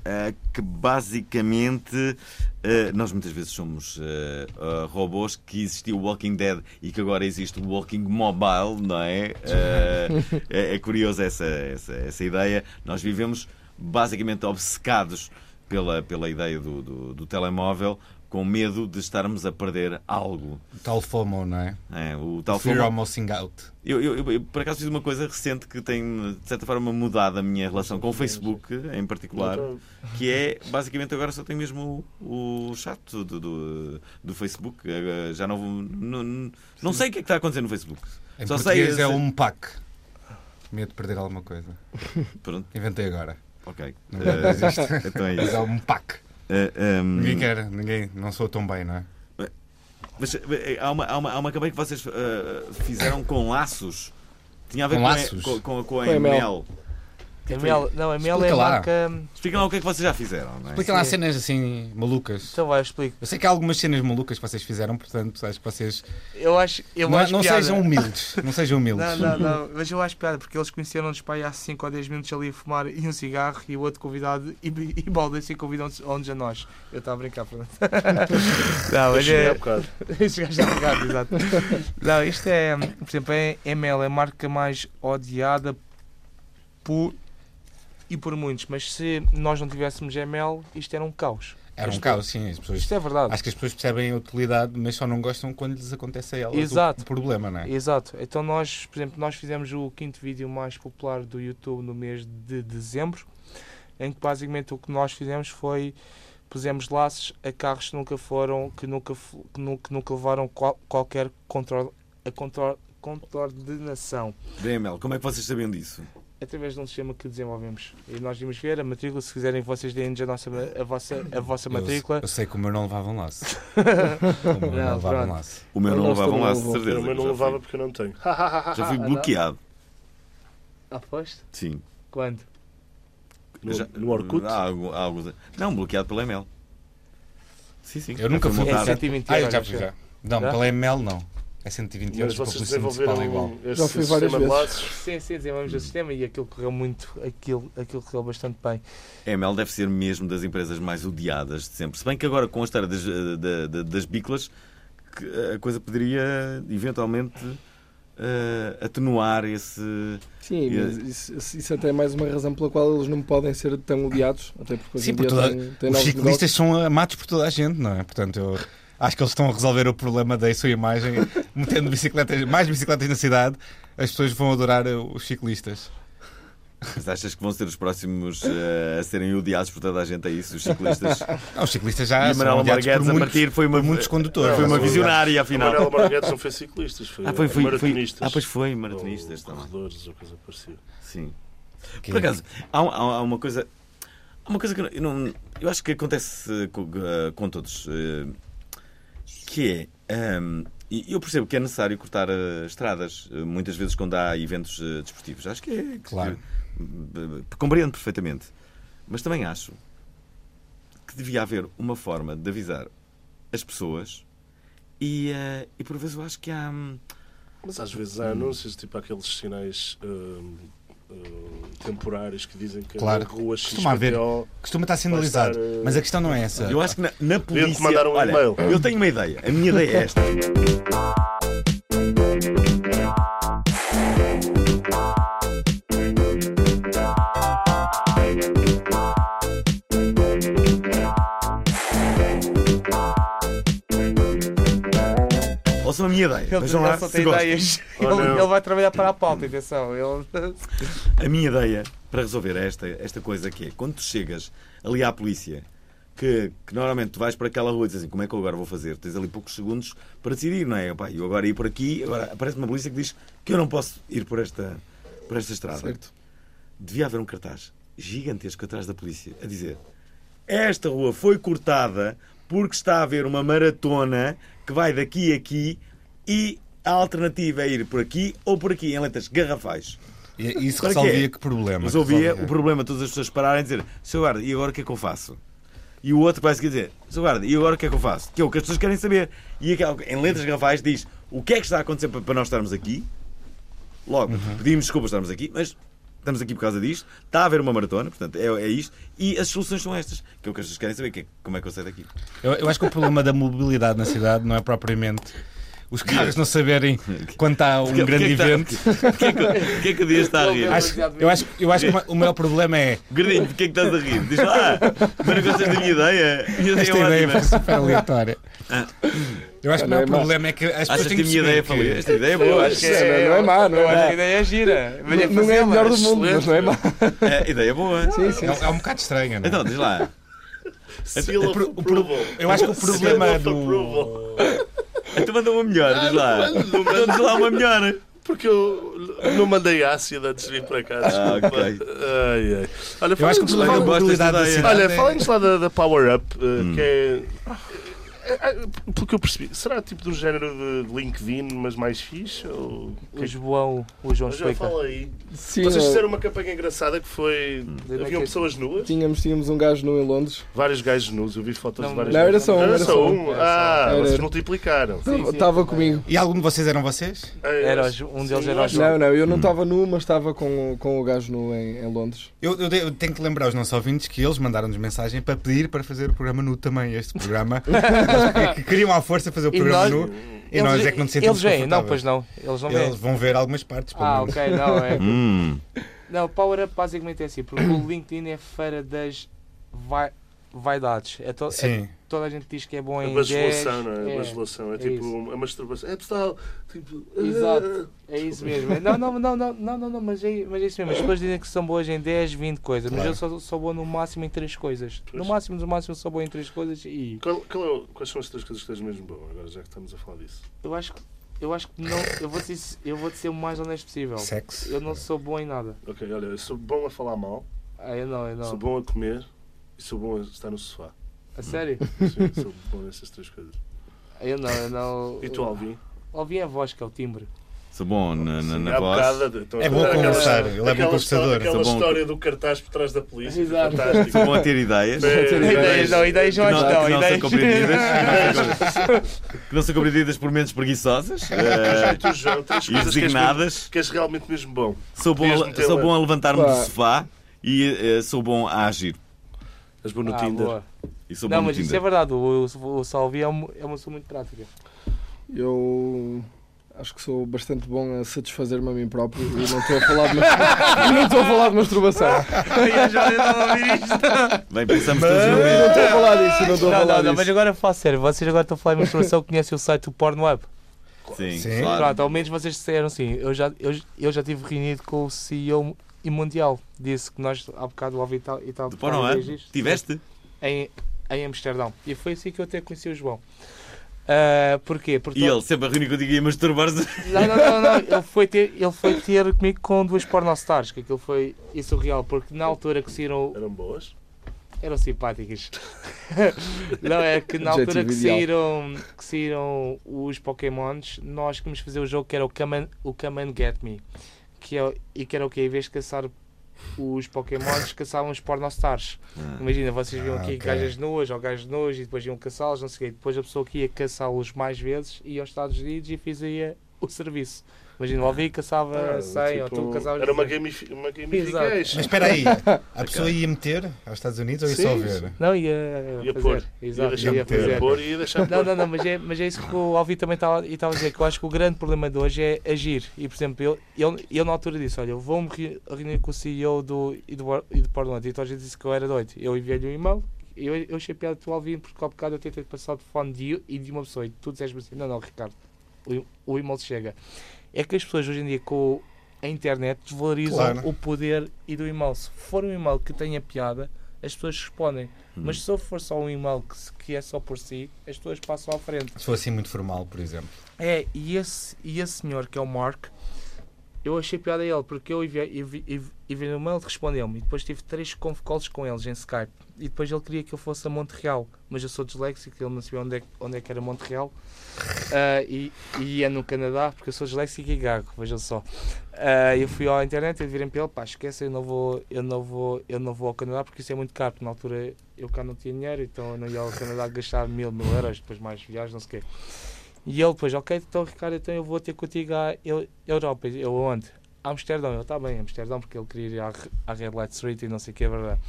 Speaker 1: ah, que basicamente ah, nós muitas vezes somos ah, ah, robôs que existiu o Walking Dead e que agora existe o Walking Mobile, não é? Ah, é, é curioso essa, essa, essa ideia. Nós vivemos basicamente obcecados pela, pela ideia do, do, do telemóvel. Com medo de estarmos a perder algo.
Speaker 2: Tal FOMO, não é?
Speaker 1: É, o tal
Speaker 2: Fear
Speaker 1: fomo-
Speaker 2: of missing out.
Speaker 1: eu, eu- eu, por acaso fiz uma coisa recente que tem, de certa forma, mudado a minha relação com o Facebook, em particular, que é, basicamente, agora só tenho mesmo o, o chat do, do, do Facebook. Eh, Já não, vou- não, não, não sei o que é que está acontecendo no Facebook.
Speaker 2: Em
Speaker 1: Só sei-
Speaker 2: português
Speaker 1: sei-
Speaker 2: é um pack. Medo de perder alguma coisa.
Speaker 1: Pronto,
Speaker 2: Inventei agora.
Speaker 1: ok.
Speaker 2: Na verdade,
Speaker 1: Eh,
Speaker 2: existe.
Speaker 1: então é
Speaker 2: Mas
Speaker 1: isso.
Speaker 2: é um pack.
Speaker 1: Eh, ehm,
Speaker 2: Ninguém quer, ninguém, não sou tão bem, não é?
Speaker 1: mas eh, há uma, há uma, há uma campanha que vocês eh, fizeram com laços. Tinha a ver
Speaker 2: Com
Speaker 1: com, a-
Speaker 2: laços?
Speaker 1: com, com, com a
Speaker 4: Com a Mel.
Speaker 1: Mel.
Speaker 6: A Mel, não, a Mel é
Speaker 2: Explica
Speaker 6: a
Speaker 2: lá.
Speaker 6: marca.
Speaker 1: Expliquem lá o que é que vocês já fizeram. Não é?
Speaker 2: Explica lá cenas assim malucas.
Speaker 6: Então vai, eu explico.
Speaker 2: Eu sei que há algumas cenas malucas que vocês fizeram, portanto, acho que vocês
Speaker 6: Eu acho. Eu
Speaker 2: não,
Speaker 6: acho
Speaker 2: não
Speaker 6: piada.
Speaker 1: um
Speaker 2: sejam humildes. Não sejam humildes.
Speaker 6: Não, não, não, mas eu acho piada porque eles conheceram-nos para aí há 5 ou 10 minutos ali a fumar e um cigarro e o outro convidado e, e baldem-se e convidam-nos a nós. Eu estava a brincar, pronto. não, mas
Speaker 3: É,
Speaker 6: é.
Speaker 3: há bocado.
Speaker 6: Este gajo está ligado, um exato. Não, isto é, por exemplo, é ML, é a marca mais odiada por e por muitos, mas se nós não tivéssemos ML, isto era um caos.
Speaker 2: Era um caos, sim. As pessoas,
Speaker 6: Isto é verdade.
Speaker 2: acho que as pessoas percebem a utilidade, mas só não gostam quando lhes acontece a elas
Speaker 6: Exato.
Speaker 2: o problema, não é?
Speaker 6: Exato. Então nós, por exemplo, nós fizemos o quinto vídeo mais popular do YouTube no mês de dezembro, em que basicamente o que nós fizemos foi pusemos laços a carros que nunca foram, que nunca, fo- que nu- que nunca levaram qual- qualquer controle, a control, contordenação.
Speaker 1: Da Mel, como é que vocês sabiam disso?
Speaker 6: através de um sistema que desenvolvemos. E nós vimos ver a matrícula, se quiserem vocês deem-nos a, nossa, a vossa, a vossa
Speaker 2: Eu-
Speaker 6: matrícula.
Speaker 2: Eu, sei que o meu não levava um laço. o meu não
Speaker 6: Não,
Speaker 2: levava um
Speaker 6: pronto.
Speaker 2: laço.
Speaker 1: O meu
Speaker 4: Eu
Speaker 1: não
Speaker 4: gosto
Speaker 1: levava um
Speaker 4: do
Speaker 1: laço, de
Speaker 4: avô.
Speaker 1: certeza.
Speaker 3: Eu também não
Speaker 1: já fui-
Speaker 3: levava porque eu não tenho.
Speaker 1: Já fui
Speaker 6: Ah, não?
Speaker 1: bloqueado.
Speaker 6: Ah, foste?
Speaker 1: Sim.
Speaker 6: Quando?
Speaker 3: No,
Speaker 1: Já- ah,
Speaker 3: no Orkut?
Speaker 1: Há algo- há algo- Não, bloqueado pela ML. Sim, sim.
Speaker 2: Eu nunca
Speaker 1: Já
Speaker 2: fui
Speaker 1: foi multado.
Speaker 6: É
Speaker 2: bloqueado.
Speaker 6: senti mentira.
Speaker 2: Ah, eu já
Speaker 6: olha,
Speaker 2: fui
Speaker 6: já.
Speaker 2: já. Não,
Speaker 6: Já?
Speaker 2: pela ML não. É 120 euros
Speaker 7: Mas
Speaker 2: para
Speaker 7: vocês
Speaker 2: publicidade municipal igual.
Speaker 1: um-
Speaker 7: desenvolveram este
Speaker 4: Já fui várias
Speaker 7: sistema de
Speaker 4: vezes.
Speaker 7: laços.
Speaker 6: Sim, sim, desenvolvemos
Speaker 2: Hum.
Speaker 6: o sistema e aquilo correu muito, aquilo, aquilo correu bastante bem.
Speaker 1: A ML deve ser mesmo das empresas mais odiadas de sempre. Se bem que agora com a história das, eh, da- da- das biclas, que eh, a coisa poderia eventualmente eh, atenuar esse.
Speaker 4: Sim,
Speaker 1: Yeah.
Speaker 4: mas isso, isso- isso até é mais uma razão pela qual eles não podem ser tão odiados. Até porque hoje
Speaker 2: Sim,
Speaker 4: em dia
Speaker 2: porque toda-
Speaker 4: têm, têm
Speaker 2: Os
Speaker 4: novos
Speaker 2: ciclistas são amados por toda a gente, não é? Portanto, eu acho que eles estão a resolver o problema da sua imagem, metendo bicicletas, mais bicicletas na cidade, as pessoas vão adorar eh, os ciclistas.
Speaker 1: Mas achas que vão ser os próximos eh, a serem odiados por toda a gente? É isso, os ciclistas.
Speaker 2: Ah, os ciclistas
Speaker 1: e
Speaker 2: já
Speaker 1: a
Speaker 2: são
Speaker 1: Manuela
Speaker 2: odiados por
Speaker 1: Marguedes a
Speaker 2: muitos,
Speaker 1: partir foi uma,
Speaker 2: por muitos condutores.
Speaker 1: foi uma
Speaker 7: Não,
Speaker 1: visionária,
Speaker 7: A
Speaker 1: afinal.
Speaker 7: Manuela Marguetes não foi ciclistas, foi,
Speaker 1: Ah, foi, foi, foi,
Speaker 7: maratonistas.
Speaker 1: ah, pois foi,
Speaker 7: Ou
Speaker 1: maratonistas também.
Speaker 7: corredores ou coisa parecida.
Speaker 1: Sim.
Speaker 2: Que-
Speaker 1: Por acaso, há, um- há- há uma coisa. Há uma coisa que eu, não- eu não- eu acho que acontece eh, co- eh, com, todos. eh, Que é. ehm, e eu percebo que é necessário cortar eh, estradas, eh, muitas vezes quando há eventos eh, desportivos. Acho que é. que-
Speaker 2: Claro.
Speaker 1: que- compreendo perfeitamente. Mas também acho que devia haver uma forma de avisar as pessoas e, eh, e por vezes eu acho que há. hum,
Speaker 7: Mas às vezes há anúncios, tipo aqueles sinais hum, hum, temporários que dizem que
Speaker 2: Claro.
Speaker 7: a rua
Speaker 2: Costuma haver.
Speaker 7: XPTO
Speaker 2: Costuma estar
Speaker 7: Vai
Speaker 2: sinalizado,
Speaker 7: estar, eh,
Speaker 2: mas a questão não é essa.
Speaker 1: Eu acho que na, na polícia.
Speaker 7: mandar um
Speaker 1: olha,
Speaker 7: e-mail.
Speaker 1: Eu tenho uma ideia. A minha ideia é esta. Ouçam a minha ideia.
Speaker 6: Ele,
Speaker 1: Vejam lá
Speaker 6: ele só
Speaker 1: se
Speaker 6: tem
Speaker 1: gostam.
Speaker 6: ideias.
Speaker 7: Ou
Speaker 6: Ele,
Speaker 7: não.
Speaker 6: ele vai trabalhar para a pauta, atenção. Ele...
Speaker 1: A minha ideia para resolver esta, esta coisa que é quando tu chegas ali à polícia, que, que normalmente tu vais para aquela rua e dizes assim: como é que eu agora vou fazer? Tens ali poucos segundos para decidir, não é? Epá, eu agora ir por aqui, agora aparece uma polícia que diz que eu não posso ir por esta, por esta estrada.
Speaker 4: Certo.
Speaker 1: Devia haver um cartaz gigantesco atrás da polícia a dizer: esta rua foi cortada porque está a haver uma maratona que vai daqui a aqui e a alternativa é ir por aqui ou por aqui, em letras garrafais.
Speaker 2: E- Isso
Speaker 1: Para quê?
Speaker 2: resolvia que problema?
Speaker 1: Resolvia
Speaker 2: Resolvia.
Speaker 1: é? o problema de todas as pessoas pararem e dizer Seu guarda, e agora o que é que eu faço? E o outro vai seguir dizer Seu guarda, e agora o que é que eu faço? Que é o que as pessoas querem saber. E aquela- em letras gravais diz o que é que está a acontecer para para nós estarmos aqui. Logo,
Speaker 2: Uhum.
Speaker 1: pedimos desculpa estarmos aqui, mas estamos aqui por causa disto. Está a haver uma maratona, portanto, é, é isto. E as soluções são estas. Que é o que as pessoas querem saber. Que é, como é que eu saio
Speaker 2: Um
Speaker 1: daqui?
Speaker 2: Eu, eu acho que o problema da mobilidade na cidade não é propriamente os carros não saberem quando está um
Speaker 1: Porquê-
Speaker 2: grande
Speaker 1: porquê é que está-
Speaker 2: evento.
Speaker 1: Porquê é que, porquê é que o dia está a rir?
Speaker 2: Acho- eu, acho, eu acho que o ma- o maior problema é
Speaker 1: Gordinho, porquê é que estás a rir? Diz lá, ah, mas não gostas da minha ideia? Minha ideia
Speaker 2: Esta
Speaker 1: é
Speaker 2: ideia
Speaker 1: ótima.
Speaker 2: foi super aleatória. Eu acho que o meu
Speaker 4: Não é má.
Speaker 2: problema é que as pessoas
Speaker 1: Achas que
Speaker 2: têm
Speaker 1: a
Speaker 2: que
Speaker 1: minha ideia é
Speaker 2: perceber
Speaker 1: falida?
Speaker 2: que-
Speaker 1: Esta ideia é boa, acho que é.
Speaker 4: é- não é má, não é
Speaker 6: eu acho
Speaker 4: má.
Speaker 6: que A ideia é gira. Venha
Speaker 4: Não, não é a
Speaker 6: fazê-la.
Speaker 4: melhor do mundo, mas não é má.
Speaker 1: É, a ideia é boa.
Speaker 4: Sim, sim.
Speaker 2: É, é um bocado estranho, não é?
Speaker 1: Então, diz lá.
Speaker 7: Seal of
Speaker 2: pro- o pro-
Speaker 7: approval.
Speaker 2: Eu acho que o
Speaker 7: Seal
Speaker 2: problema é
Speaker 7: of
Speaker 2: do.
Speaker 7: approval.
Speaker 1: Então manda uma melhor, diz lá.
Speaker 7: não mando.
Speaker 1: Então diz lá uma melhor.
Speaker 7: Porque eu não mandei ácido antes de vir para cá. desculpa.
Speaker 1: ok.
Speaker 7: Ai, ai. Olha,
Speaker 2: Eu acho que o
Speaker 7: falem-nos
Speaker 1: não
Speaker 2: problema é da
Speaker 7: lá-
Speaker 1: gosto desta
Speaker 2: mobilidade da
Speaker 1: ideia.
Speaker 2: cidade.
Speaker 7: Olha,
Speaker 2: é-
Speaker 7: falem-nos lá da, da Power Up, eh, que é. é- é- Pelo que eu percebi, será tipo do género de LinkedIn, mas mais fixe? Ou... é
Speaker 6: O João, o João
Speaker 7: Mas já
Speaker 6: explica.
Speaker 7: fala aí. Hum.
Speaker 4: Sim,
Speaker 7: Vocês
Speaker 4: eh,
Speaker 7: fizeram uma campanha engraçada que foi.
Speaker 6: é
Speaker 7: Haviam pessoas nuas?
Speaker 4: tínhamos, tínhamos um gajo nu em Londres.
Speaker 7: Vários gajos nus, eu vi fotos
Speaker 6: Não,
Speaker 7: de vários
Speaker 4: não, era só um,
Speaker 7: Era
Speaker 4: era
Speaker 7: só
Speaker 4: só
Speaker 7: um? Ah,
Speaker 4: Era-
Speaker 7: vocês multiplicaram.
Speaker 6: sim,
Speaker 4: Estava
Speaker 6: também.
Speaker 4: comigo.
Speaker 2: E algum de vocês eram vocês?
Speaker 7: Ah,
Speaker 6: Era
Speaker 7: eu-
Speaker 6: um deles
Speaker 7: sim,
Speaker 6: era o
Speaker 7: nós-
Speaker 6: João.
Speaker 4: Não, não, eu não estava nu, mas estava com, o- com o gajo nu em, em Londres.
Speaker 2: Eu, eu de- eu tenho que lembrar aos nossos ouvintes que eles mandaram-nos mensagem para pedir para fazer o programa nu também. Este programa. Eles que, que queriam à força fazer o
Speaker 6: E
Speaker 2: programa
Speaker 6: nós-
Speaker 2: nu e nós é que não nos sentimos
Speaker 6: Eles vêm, não,
Speaker 2: confortáveis.
Speaker 6: pois não. Eles não
Speaker 2: Eles
Speaker 6: vêm.
Speaker 2: vão ver algumas partes, pelo
Speaker 6: Ah,
Speaker 2: menos.
Speaker 6: ok, não, é.
Speaker 1: Hum.
Speaker 6: Não, Power Up basicamente é assim, porque o LinkedIn é feira das vai... vaidades. É to... é-
Speaker 2: Sim.
Speaker 6: toda a gente diz que é bom
Speaker 7: É
Speaker 6: em 10.
Speaker 7: bajulação, não é? É
Speaker 6: é.
Speaker 7: bajulação, é
Speaker 6: é
Speaker 7: tipo
Speaker 6: isso.
Speaker 7: uma masturbação. É pessoal, tipo.
Speaker 6: Exato. É isso mesmo. É- Não, não, não, não, não, não, não, mas, é, mas é isso mesmo. As pessoas dizem que são boas em 10, 20 coisas, mas
Speaker 2: Claro.
Speaker 6: eu só sou boa no máximo em 3 coisas. No
Speaker 7: Pois.
Speaker 6: máximo, no máximo, sou boa em 3 coisas e.
Speaker 7: ah. Qual- qual é o- quais são as três coisas que estás mesmo bom, agora já que estamos a falar disso?
Speaker 6: Eu acho que. Eu acho que não. Eu vou, ser, eu vou ser o mais honesto possível.
Speaker 2: Sexo.
Speaker 6: Então, Eu não sou bom em nada.
Speaker 7: Ok, olha, eu sou bom a falar mal,
Speaker 6: Ah, eu não, eu
Speaker 7: sou
Speaker 6: não.
Speaker 7: bom a comer e sou bom a estar no sofá.
Speaker 6: A sério? Ah,
Speaker 7: Sim, sou bom nessas três coisas.
Speaker 6: Eu não, eu não.
Speaker 7: E tu, Alvin?
Speaker 6: Ouvi a voz, que é o timbre.
Speaker 1: Sou bom na, na, na
Speaker 7: Há
Speaker 1: voz.
Speaker 7: bocado de- então,
Speaker 2: É bom
Speaker 7: aquela-
Speaker 2: conversar, ele é bom
Speaker 7: aquela
Speaker 2: conversador.
Speaker 7: história-
Speaker 1: Sou
Speaker 7: Aquela
Speaker 1: bom-
Speaker 7: história do cartaz por trás da polícia. é
Speaker 4: Exato.
Speaker 7: fantástico.
Speaker 1: Sou bom a ter ideias.
Speaker 7: É,
Speaker 1: Que
Speaker 7: ideias,
Speaker 6: Ideias não, ideias não
Speaker 1: não, que não são
Speaker 6: ajudam. ideias-
Speaker 1: compreendidas. que não são compreendidas- Que não são compreendidas por menos preguiçosas. eh,
Speaker 7: Tu, João, três
Speaker 1: E
Speaker 7: coisas que és,
Speaker 1: designadas.
Speaker 7: que és realmente mesmo bom.
Speaker 1: Sou bom,
Speaker 7: Podias
Speaker 1: a,
Speaker 7: meter
Speaker 1: sou
Speaker 7: lá.
Speaker 1: bom a levantar-me do
Speaker 4: Pá.
Speaker 1: sofá e eh, sou bom a agir.
Speaker 7: És bom no
Speaker 6: Ah,
Speaker 7: Tinder.
Speaker 6: boa.
Speaker 1: E sou
Speaker 6: Não,
Speaker 1: bom no
Speaker 6: mas isso é
Speaker 1: Tinder. Então
Speaker 6: verdade. O, o, o Salvi é uma, é uma pessoa muito prática.
Speaker 4: Eu acho que sou bastante bom a satisfazer-me a mim próprio e não estou a falar de, mas- e não estou a falar de masturbação.
Speaker 6: Eu já estava a ouvir isto.
Speaker 1: Bem, pensamos todos no
Speaker 4: Eu não
Speaker 1: mesmo.
Speaker 4: estou a falar disso, não estou a
Speaker 6: Não,
Speaker 4: falar
Speaker 6: não, não, mas
Speaker 4: disso.
Speaker 6: agora falo sério. Vocês agora estão a falar em menstruação, conhecem o site do Pornhub.
Speaker 1: Sim,
Speaker 2: Sim.
Speaker 1: claro.
Speaker 6: Pronto, ao menos vocês disseram assim. Eu já, eu, eu já tive reunido com o CEO e Mundial. Disse que nós, há bocado, o Alvi e tal. e tal-
Speaker 1: De pó não é?
Speaker 6: diz isto.
Speaker 1: Tiveste?
Speaker 6: Em, em Amsterdão. E foi assim que eu até conheci o João. Ah, porquê? Porque
Speaker 1: E ele sempre a reunir contigo e a masturbar-se.
Speaker 6: Não, não, não, não. Ele foi ter, ele foi ter comigo com duas pornostars, que aquilo foi isso é real, porque na altura que saíram
Speaker 7: Eram boas.
Speaker 6: eram simpáticas. não, é que na altura que
Speaker 4: Objetivo ideal.
Speaker 6: saíram, que saíram os Pokémons, nós queríamos fazer o jogo que era o Come and, o Come and Get Me. Que é, o- e que era o quê? Em vez de caçar os Pokémons, caçavam os pornostars. Imagina, vocês viam
Speaker 2: Ah,
Speaker 6: aqui
Speaker 2: ok.
Speaker 6: gajas nuas ou gajos nuas e depois iam caçá-los, não sei o quê. Depois a pessoa que ia caçá-los mais vezes ia aos Estados Unidos e fazia o serviço. Imagina, o Alvi caçava
Speaker 7: Ah,
Speaker 6: 100 ou
Speaker 7: tipo,
Speaker 6: tu um caçavas
Speaker 7: Era uma,
Speaker 6: 200.
Speaker 7: gamifi uma
Speaker 2: Mas
Speaker 7: gamification.
Speaker 2: espera aí, a pessoa ia meter aos Estados Unidos ou ia
Speaker 7: Sim,
Speaker 2: só ver?
Speaker 6: Não, ia,
Speaker 7: Ia
Speaker 6: fazer.
Speaker 7: pôr.
Speaker 6: Exato,
Speaker 7: deixar
Speaker 6: ia,
Speaker 2: de ter.
Speaker 7: Era
Speaker 6: fazer.
Speaker 7: boa e ia deixar
Speaker 6: Não, não, não, mas é, mas é isso que o Alvi também estava estava a dizer, que eu acho que o grande problema de hoje é agir. E, por exemplo, eu, eu, eu na altura disse, olha, eu vou-me re- reunir com o CEO do, e do, Bor- e do Portland, e então a gente disse que eu era doido. Eu enviei-lhe um e-mail, e eu, eu achei piada do Alvi, porque ao bocado eu tentei passar o telefone de, e de uma pessoa, e tu disseste assim, não, não, Ricardo, o, e- o e-mail chega. É que as pessoas hoje em dia com a internet desvalorizam
Speaker 2: Claro.
Speaker 6: o poder e do e-mail. Se for um e-mail que tenha piada, as pessoas respondem. Mas se for só um e-mail que, se- que é só por si, as pessoas passam à frente.
Speaker 2: Se fosse assim muito formal, por exemplo.
Speaker 6: É, e esse, e esse senhor que é o Mark, eu achei piada a ele, porque eu enviei envi- envi- enviei-lhe um mail, respondeu-me, e depois tive três conf calls com eles em Skype, e depois ele queria que eu fosse a Montreal, mas eu sou disléxico, ele não sabia onde é, que- onde é que era Montreal, Ah, e, e é no Canadá, porque eu sou disléxico e gago, vejam só. Ah, eu fui à internet e virem para ele, pá, esquece, eu não, vou, eu, não vou, eu não vou ao Canadá porque isso é muito caro, porque na altura eu cá não tinha dinheiro, então eu não ia ao Canadá gastar mil, mil euros, depois mais viagens, não sei o quê. E ele depois, ok, então Ricardo, então eu vou ter contigo à Eu- Europa. Eu onde? A Amsterdão. Ele está bem, Amsterdão, porque ele queria ir à, Re- à Red Light Street e não sei o que, é verdade.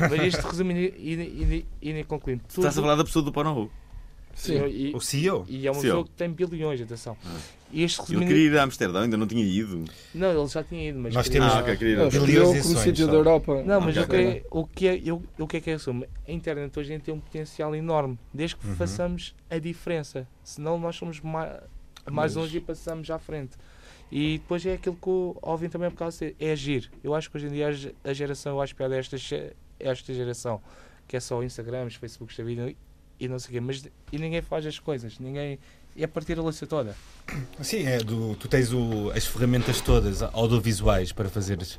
Speaker 6: Mas isto resumindo e, e, e, e nem concluindo.
Speaker 1: Tu estás a
Speaker 6: tudo-
Speaker 1: falar da pessoa do Pornhub.
Speaker 4: Sim.
Speaker 6: e,
Speaker 2: O CEO?
Speaker 6: e é uma
Speaker 1: Sim.
Speaker 6: pessoa que tem bilhões, atenção. E este
Speaker 1: Ah. Eu
Speaker 6: resumindo.
Speaker 1: queria ir a Amsterdão, ainda não tinha ido.
Speaker 6: Não, ele já tinha ido, mas.
Speaker 2: Nós
Speaker 6: queria-
Speaker 2: temos-
Speaker 1: Ah, ok, queria ir.
Speaker 4: Eu
Speaker 1: a-
Speaker 4: escolhi
Speaker 2: Bilhões de
Speaker 4: como
Speaker 2: edições,
Speaker 4: sítio
Speaker 2: só.
Speaker 4: da Europa. Ah,
Speaker 6: Não, mas
Speaker 1: Ok.
Speaker 6: o, que, o, que é, eu, o que é que eu assumo? A internet hoje em dia tem um potencial enorme, desde
Speaker 2: Uhum.
Speaker 6: que façamos a diferença. Senão nós somos mais, mais longe e passamos à frente. E depois é aquilo que o Alvin também por causa é agir. Eu acho que hoje em dia a ge- a geração, eu acho pior esta, che- esta geração, que é só Instagrams, Facebooks da vida e não sei o quê, mas e ninguém faz as coisas, ninguém. É partir a louça toda.
Speaker 2: Sim, é do, tu tens o- as ferramentas todas audiovisuais para fazeres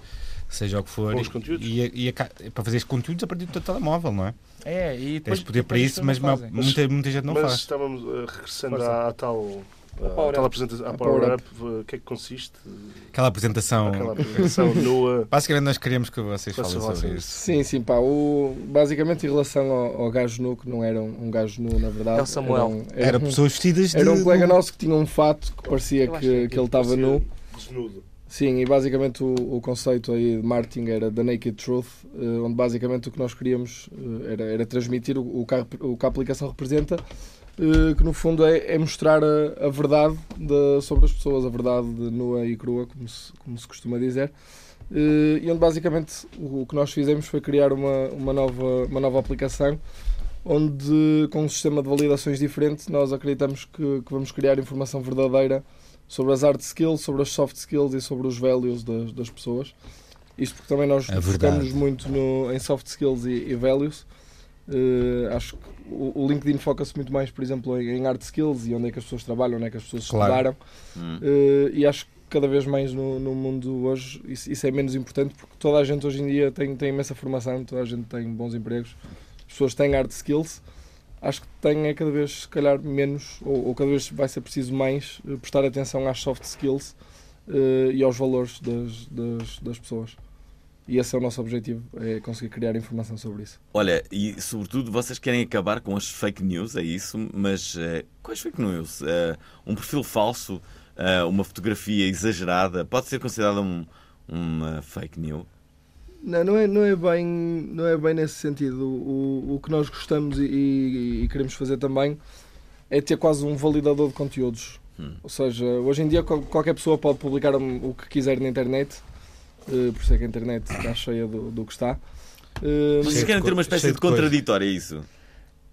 Speaker 2: seja o que for
Speaker 7: Bons
Speaker 2: e-
Speaker 7: conteúdos.
Speaker 2: e, e aca- para fazeres conteúdos a partir do teu telemóvel, não é?
Speaker 6: É, e
Speaker 2: Tens
Speaker 6: depois.
Speaker 2: poder para
Speaker 6: depois as
Speaker 2: isso,
Speaker 6: pessoas
Speaker 2: mas
Speaker 6: não
Speaker 2: ma-
Speaker 6: fazem.
Speaker 2: muita, muita gente não
Speaker 7: Mas
Speaker 2: faz.
Speaker 7: estávamos eh, regressando
Speaker 6: Força.
Speaker 7: à, à tal. eh,
Speaker 6: Power
Speaker 7: tal
Speaker 6: Up.
Speaker 7: apresentação, à
Speaker 4: A
Speaker 7: Power
Speaker 4: Power
Speaker 7: Up, eh, o que é que consiste?
Speaker 2: Aquela apresentação.
Speaker 7: Aquela apresentação nua.
Speaker 2: Basicamente nós queremos que vocês
Speaker 7: Façam
Speaker 2: falem sobre
Speaker 7: vocês.
Speaker 2: isso.
Speaker 4: Sim, sim, pá. O, basicamente, em relação ao, ao gajo nu, que não era um, um gajo nu, na verdade.
Speaker 6: É o Samuel.
Speaker 4: Era, um, era
Speaker 2: Era
Speaker 4: um-
Speaker 2: pessoas vestidas de.
Speaker 4: era um colega
Speaker 2: de-
Speaker 4: nosso que tinha um fato que parecia
Speaker 6: Eu acho que é
Speaker 4: que, que ele estava nu.
Speaker 7: assim, Desnudo.
Speaker 4: Sim, e basicamente o, o conceito aí de marketing era The Naked Truth, eh, onde basicamente o que nós queríamos eh, era, era transmitir o, o, que a, rep- o que a aplicação representa, eh, que no fundo é, é mostrar a, a verdade da- sobre as pessoas, a verdade de nua e crua, como se, como se costuma dizer. Eh, E onde basicamente o o que nós fizemos foi criar uma, uma, nova, uma nova aplicação onde, com um sistema de validações diferente, nós acreditamos que, que vamos criar informação verdadeira sobre as hard skills, sobre as soft skills e sobre os values das, das pessoas. Isto porque também nós
Speaker 2: É verdade.
Speaker 4: focamos muito no- em soft skills e, e values. Eh, acho que o, o LinkedIn foca-se muito mais, por exemplo, em, em hard skills e onde é que as pessoas trabalham, onde é que as pessoas
Speaker 2: Claro.
Speaker 4: estudaram.
Speaker 1: Hum.
Speaker 4: Eh, e acho que cada vez mais no, no mundo hoje isso, isso é menos importante porque toda a gente hoje em dia tem, tem imensa formação, toda a gente tem bons empregos, as pessoas têm hard skills. acho que tem é cada vez, se calhar, menos, ou, ou cada vez vai ser preciso mais, eh, prestar atenção às soft skills eh, e aos valores das, das, das pessoas. E esse é o nosso objetivo, é conseguir criar informação sobre isso.
Speaker 1: Olha, e sobretudo vocês querem acabar com as fake news, é isso? Mas eh, quais fake news? Eh, um perfil falso, eh, uma fotografia exagerada, pode ser considerada um- uma fake news?
Speaker 4: Não, não é, não é, bem, não é bem nesse sentido. O, o que nós gostamos e, e- e queremos fazer também é ter quase um validador de conteúdos.
Speaker 1: Hum.
Speaker 4: Ou seja, hoje em dia qual- qualquer pessoa pode publicar um- o que quiser na internet, eh, por isso é que a internet está cheia do, do que está. Eh,
Speaker 1: Vocês
Speaker 2: Cheio de
Speaker 1: querem ter uma
Speaker 2: co-
Speaker 1: espécie
Speaker 2: cheio
Speaker 1: de
Speaker 2: de coisa.
Speaker 1: contraditório, é isso?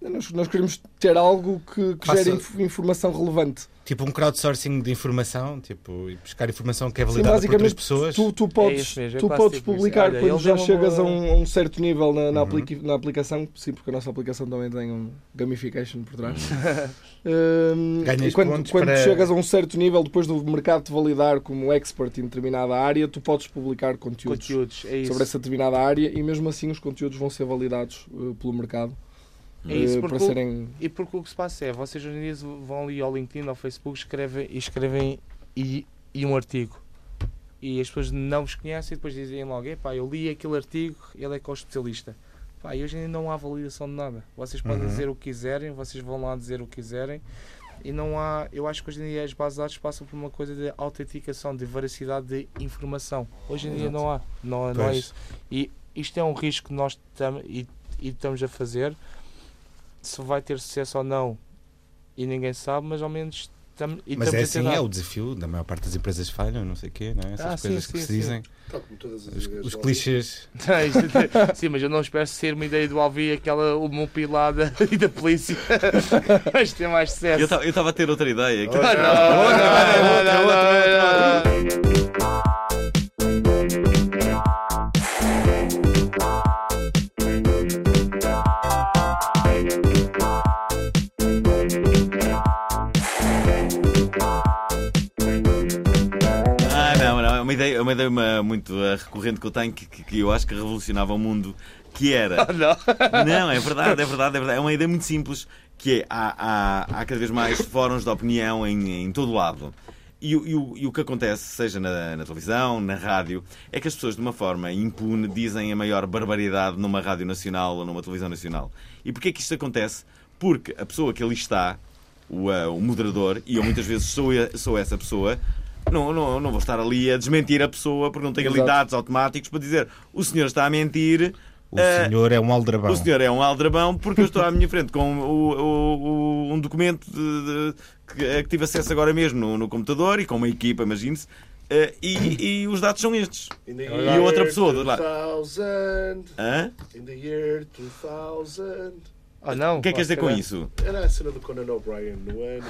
Speaker 4: nós, nós queremos ter algo que, que
Speaker 2: Passa-
Speaker 4: gere inf- informação relevante.
Speaker 2: Tipo um crowdsourcing de informação, tipo, e buscar informação que é
Speaker 4: Sim,
Speaker 2: validada por outras
Speaker 4: basicamente,
Speaker 2: pessoas.
Speaker 4: tu, tu podes,
Speaker 6: isso mesmo, é
Speaker 4: tu
Speaker 6: quase
Speaker 4: podes
Speaker 6: tipo isso.
Speaker 4: publicar
Speaker 6: Olha,
Speaker 4: quando
Speaker 6: ele
Speaker 4: já
Speaker 6: deu uma
Speaker 4: chegas a
Speaker 6: boa-
Speaker 4: um, a um certo nível na,
Speaker 2: Uhum.
Speaker 4: na, aplica- na aplicação, sim, porque a nossa aplicação também tem um gamification por trás. Hum,
Speaker 2: Uhum. Ganhas
Speaker 4: e quando,
Speaker 2: pontos
Speaker 4: quando
Speaker 2: para-
Speaker 4: chegas a um certo nível, depois do mercado te validar como expert em determinada área, tu podes publicar conteúdos
Speaker 6: Conteúdos, é isso.
Speaker 4: sobre essa determinada área e mesmo assim os conteúdos vão ser validados eh, pelo mercado
Speaker 6: É isso,
Speaker 4: eh,
Speaker 6: porque
Speaker 4: para
Speaker 6: o-
Speaker 4: serem
Speaker 6: E porque o que se passa é, vocês hoje em dia vão ali ao LinkedIn, ao Facebook, escrevem, e escrevem e, e um artigo. E as pessoas não vos conhecem e depois dizem logo, epá, eu li aquele artigo, ele é que é o especialista. Pá, e hoje em dia não há validação de nada. Vocês podem
Speaker 2: Uhum.
Speaker 6: dizer o que quiserem, vocês vão lá dizer o que quiserem. E não há, eu acho que hoje em dia as bases de dados passam por uma coisa de autenticação, de veracidade de informação. Hoje em dia não há, não, não é
Speaker 2: Pois.
Speaker 6: isso. E isto é um risco que nós tam, e, e estamos a fazer. Se vai ter sucesso ou não, e ninguém sabe, mas ao menos tam, e
Speaker 2: Mas é
Speaker 6: estamos a
Speaker 2: assim,
Speaker 6: tentar.
Speaker 2: é o desafio da maior parte das empresas falham, não sei o quê, não é? Essas
Speaker 6: Ah, sim,
Speaker 2: coisas
Speaker 6: sim,
Speaker 2: que se
Speaker 6: sim.
Speaker 2: dizem.
Speaker 3: Tal como todas as
Speaker 2: Os,
Speaker 3: ideias
Speaker 2: os
Speaker 3: novas.
Speaker 2: clichês.
Speaker 6: É Sim, mas eu não espero ser uma ideia do Alvi, aquela uma pilada e da polícia. mas tem mais sucesso.
Speaker 1: Eu estava a ter outra ideia. que-
Speaker 6: Ah, não, não, não, não, não, não.
Speaker 1: Ah, não, não. É uma ideia, é uma ideia uma- muito eh, recorrente que eu tenho que, que- que eu acho que revolucionava o mundo. Que era. Não, é verdade, é verdade, é verdade. É uma ideia muito simples que é há, há, há cada vez mais fóruns de opinião em, em todo o lado. E, o- e o, e o que acontece, seja na, na televisão, na rádio, é que as pessoas, de uma forma impune, dizem a maior barbaridade numa rádio nacional ou numa televisão nacional. E porquê é que isto acontece? Porque a pessoa que ali está, o, eh, o moderador, e eu muitas vezes sou, e- sou essa pessoa, não, não, não vou estar ali a desmentir a pessoa porque não tenho ali
Speaker 4: Exato.
Speaker 1: dados automáticos para dizer o senhor está a mentir,
Speaker 2: O
Speaker 1: eh,
Speaker 2: senhor é um aldrabão.
Speaker 1: o senhor é um aldrabão porque eu estou à minha frente com o- o- o- um documento de- de- que, a que tive acesso agora mesmo no, no computador e com uma equipa, imagine-se, eh, e, e os dados são estes.
Speaker 3: In the
Speaker 1: E outra
Speaker 3: year
Speaker 1: pessoa do outro lado.
Speaker 3: 2000,
Speaker 1: Hã?
Speaker 3: in the year 2000.
Speaker 6: Ah, não.
Speaker 1: O que é que queres dizer com
Speaker 6: Caralho.
Speaker 1: isso?
Speaker 3: Era a cena do Conan O'Brien no ano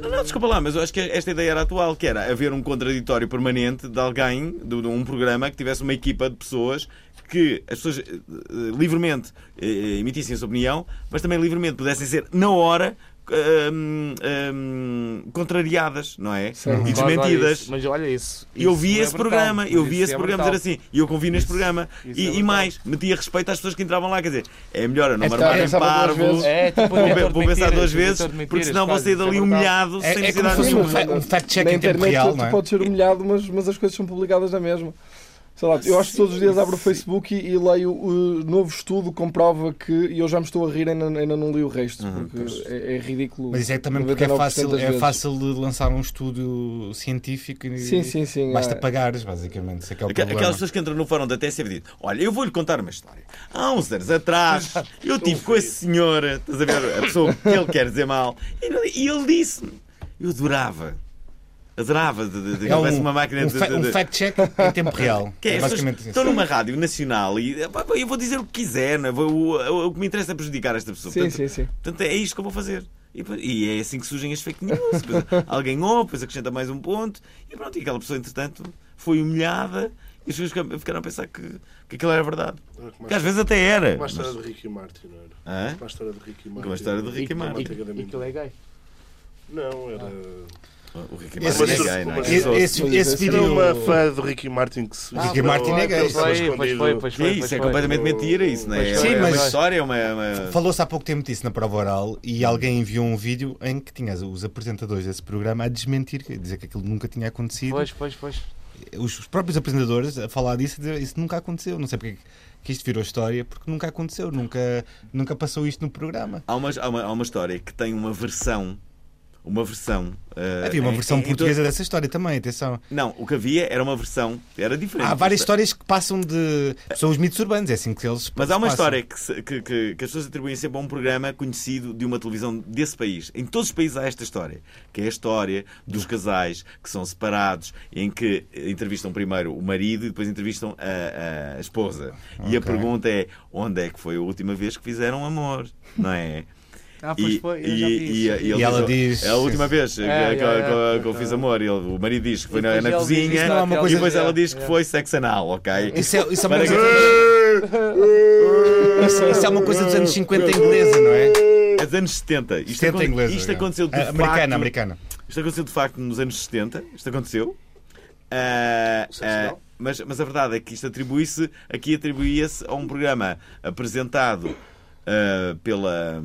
Speaker 3: 2000.
Speaker 1: Não, desculpa lá, mas eu acho que esta ideia era atual, que era haver um contraditório permanente de alguém, de, de um programa que tivesse uma equipa de pessoas que as pessoas eh, eh, livremente eh, emitissem a sua opinião, mas também livremente pudessem ser, na hora, eh, hum, hum, contrariadas, não é?
Speaker 4: Certo.
Speaker 1: E
Speaker 6: Mas olha
Speaker 1: desmentidas.
Speaker 6: isso, Mas olha isso.
Speaker 1: Eu
Speaker 6: isso
Speaker 1: vi
Speaker 6: é
Speaker 1: esse
Speaker 6: brutal,
Speaker 1: programa, eu
Speaker 6: mas
Speaker 1: vi
Speaker 6: isso
Speaker 1: esse
Speaker 6: é
Speaker 1: programa
Speaker 6: brutal.
Speaker 1: dizer assim, e eu convivi neste
Speaker 6: Isso-
Speaker 1: programa.
Speaker 6: isso
Speaker 1: E,
Speaker 6: é
Speaker 1: e
Speaker 6: brutal.
Speaker 1: mais, metia respeito às pessoas que entravam lá, quer dizer, é melhor eu não me
Speaker 4: É,
Speaker 1: armar em
Speaker 4: pensava duas
Speaker 1: parvo,
Speaker 4: vezes.
Speaker 6: É, tipo,
Speaker 1: assim, vou,
Speaker 6: detector de
Speaker 1: vou pensar
Speaker 6: mentiras,
Speaker 1: duas
Speaker 6: detector
Speaker 1: vezes,
Speaker 6: de mentiras,
Speaker 1: porque senão vou
Speaker 6: quase,
Speaker 1: sair
Speaker 6: isso é
Speaker 1: dali
Speaker 6: brutal.
Speaker 1: humilhado,
Speaker 2: É-
Speaker 1: sem
Speaker 2: é
Speaker 1: necessidade
Speaker 2: como se fosse um
Speaker 1: nenhuma.
Speaker 2: fa- um fact-check
Speaker 4: na
Speaker 2: em tempo
Speaker 4: internet
Speaker 2: real,
Speaker 4: tu,
Speaker 2: não é?
Speaker 4: tu podes ser humilhado, mas, mas as coisas são publicadas na mesma. Sei lá, eu acho que todos os dias abro o Facebook e, e leio o novo estudo comprova que e eu já me estou a rir ainda, ainda não li o resto, porque é, é ridículo.
Speaker 2: Uhum, Mas isso é também porque é
Speaker 4: 99%
Speaker 2: fácil,
Speaker 4: das
Speaker 2: é
Speaker 4: vezes.
Speaker 2: fácil de lançar um estudo científico e
Speaker 4: Sim, sim, sim.
Speaker 2: basta
Speaker 4: é.
Speaker 2: pagares, basicamente. Isso é que é o
Speaker 1: Aqu-
Speaker 2: problema.
Speaker 1: Aquelas pessoas que entram no fórum da TSF dizem: Olha, eu vou-lhe contar uma história. Há uns anos atrás, eu tive com esse senhor, estás a ver, a pessoa que ele quer dizer mal, e não- e ele disse-me: Eu adorava, adorava de, de, de que
Speaker 2: É um,
Speaker 1: houvesse uma máquina
Speaker 2: um
Speaker 1: de-
Speaker 2: fa-
Speaker 1: de-
Speaker 2: um
Speaker 1: de-
Speaker 2: fact-check em tempo real.
Speaker 1: Que é,
Speaker 2: É
Speaker 1: as
Speaker 2: basicamente
Speaker 1: pessoas
Speaker 2: isso.
Speaker 1: estão numa rádio nacional e pá, pá, eu vou dizer o que quiser, não é? Vou- o, o- o que me interessa é prejudicar esta pessoa.
Speaker 4: Sim,
Speaker 1: portanto,
Speaker 4: sim, sim.
Speaker 1: portanto, é isto que eu vou fazer. E, pá, e é assim que surgem as fake news. Depois alguém ouve, depois acrescenta mais um ponto e pronto. E aquela pessoa, entretanto, foi humilhada e as pessoas ficaram- ficaram a pensar que, que aquilo era verdade.
Speaker 3: Era como
Speaker 1: Que às vezes até era.
Speaker 3: Uma
Speaker 1: Mas...
Speaker 3: história de Ricky Martin, não era?
Speaker 1: Hã?
Speaker 3: Uma história de Ricky Martin.
Speaker 1: história de Ricky
Speaker 3: Uma
Speaker 8: é
Speaker 1: Martin.
Speaker 3: manteiga de
Speaker 6: E
Speaker 3: amendoim.
Speaker 6: aquilo é gay.
Speaker 8: Ah.
Speaker 3: Não, era.
Speaker 1: O Ricky
Speaker 2: Esse-
Speaker 1: Martin é
Speaker 2: esse-
Speaker 1: gay, não é?
Speaker 7: esse-
Speaker 2: Esse, esse, esse
Speaker 7: Era
Speaker 2: vídeo.
Speaker 7: uma fã do Ricky Martin que se
Speaker 2: Ricky Martin é gay.
Speaker 7: Ele estava
Speaker 8: Ah, Pois foi, pois foi,
Speaker 7: escondido.
Speaker 8: pois
Speaker 1: Que
Speaker 8: foi.
Speaker 1: é isso?
Speaker 8: pois
Speaker 1: É
Speaker 8: foi.
Speaker 1: completamente mentira isso, não é?
Speaker 8: Pois
Speaker 2: foi,
Speaker 1: é uma
Speaker 2: mas-
Speaker 1: história, é uma. é uma-
Speaker 2: Falou-se há pouco tempo disso na prova oral e alguém enviou um vídeo em que tinha os apresentadores desse programa a desmentir, a dizer que aquilo nunca tinha acontecido.
Speaker 8: Pois, pois, pois.
Speaker 2: Os próprios apresentadores a falar disso, a dizer, isso nunca aconteceu. Não sei porque é que isto virou história, porque nunca aconteceu, nunca, nunca passou isto no programa.
Speaker 1: Há, umas- há uma, há uma história que tem uma versão. Uma versão. eh,
Speaker 2: Havia uma
Speaker 1: em-
Speaker 2: versão
Speaker 1: em- em to-
Speaker 2: portuguesa dessa história também, atenção.
Speaker 1: Não, o que havia era uma versão. Era diferente.
Speaker 2: Há várias
Speaker 1: Mas-
Speaker 2: histórias que passam de. São os mitos urbanos, é assim que eles.
Speaker 1: então- Mas há uma
Speaker 2: passam.
Speaker 1: história que, se- que- que- que as pessoas atribuem sempre a um programa conhecido de uma televisão desse país. Em todos os países há esta história, que é a história dos casais que são separados, em que entrevistam primeiro o marido e depois entrevistam a, a esposa. E a
Speaker 2: Ok.
Speaker 1: pergunta é: onde é que foi a última vez que fizeram amor? Não é?
Speaker 6: Ah, pois
Speaker 1: E-
Speaker 6: foi, eu já
Speaker 1: E
Speaker 6: vi
Speaker 1: e-
Speaker 6: isso.
Speaker 1: e ele
Speaker 2: E ela
Speaker 1: diz, É
Speaker 2: diz-
Speaker 1: a última vez que,
Speaker 8: É,
Speaker 1: que-
Speaker 8: é, é.
Speaker 1: que- que eu fiz amor. Ele- o marido diz que foi
Speaker 8: E
Speaker 1: na,
Speaker 8: depois
Speaker 1: na
Speaker 8: ele diz,
Speaker 1: cozinha.
Speaker 8: "Isso não é uma
Speaker 1: e
Speaker 2: coisa
Speaker 1: depois ela
Speaker 8: dela."
Speaker 1: diz que
Speaker 8: É.
Speaker 1: foi sexo anal, ok?
Speaker 2: Isso é, isso é uma
Speaker 1: Para
Speaker 2: coisa. Isso, isso é uma coisa dos anos 50 inglesa, não é?
Speaker 1: É dos anos 70. Isto,
Speaker 2: 70
Speaker 1: acon-
Speaker 2: é inglesa.
Speaker 1: isto
Speaker 2: já.
Speaker 1: aconteceu de
Speaker 2: Ah,
Speaker 1: facto.
Speaker 2: Americana, americana.
Speaker 1: Isto aconteceu de facto nos anos 70. Isto aconteceu. Ah,
Speaker 3: sexo
Speaker 1: ah,
Speaker 3: anal?
Speaker 1: mas, mas a verdade é que isto atribui-se. Aqui atribuía-se a um programa apresentado ah, pela.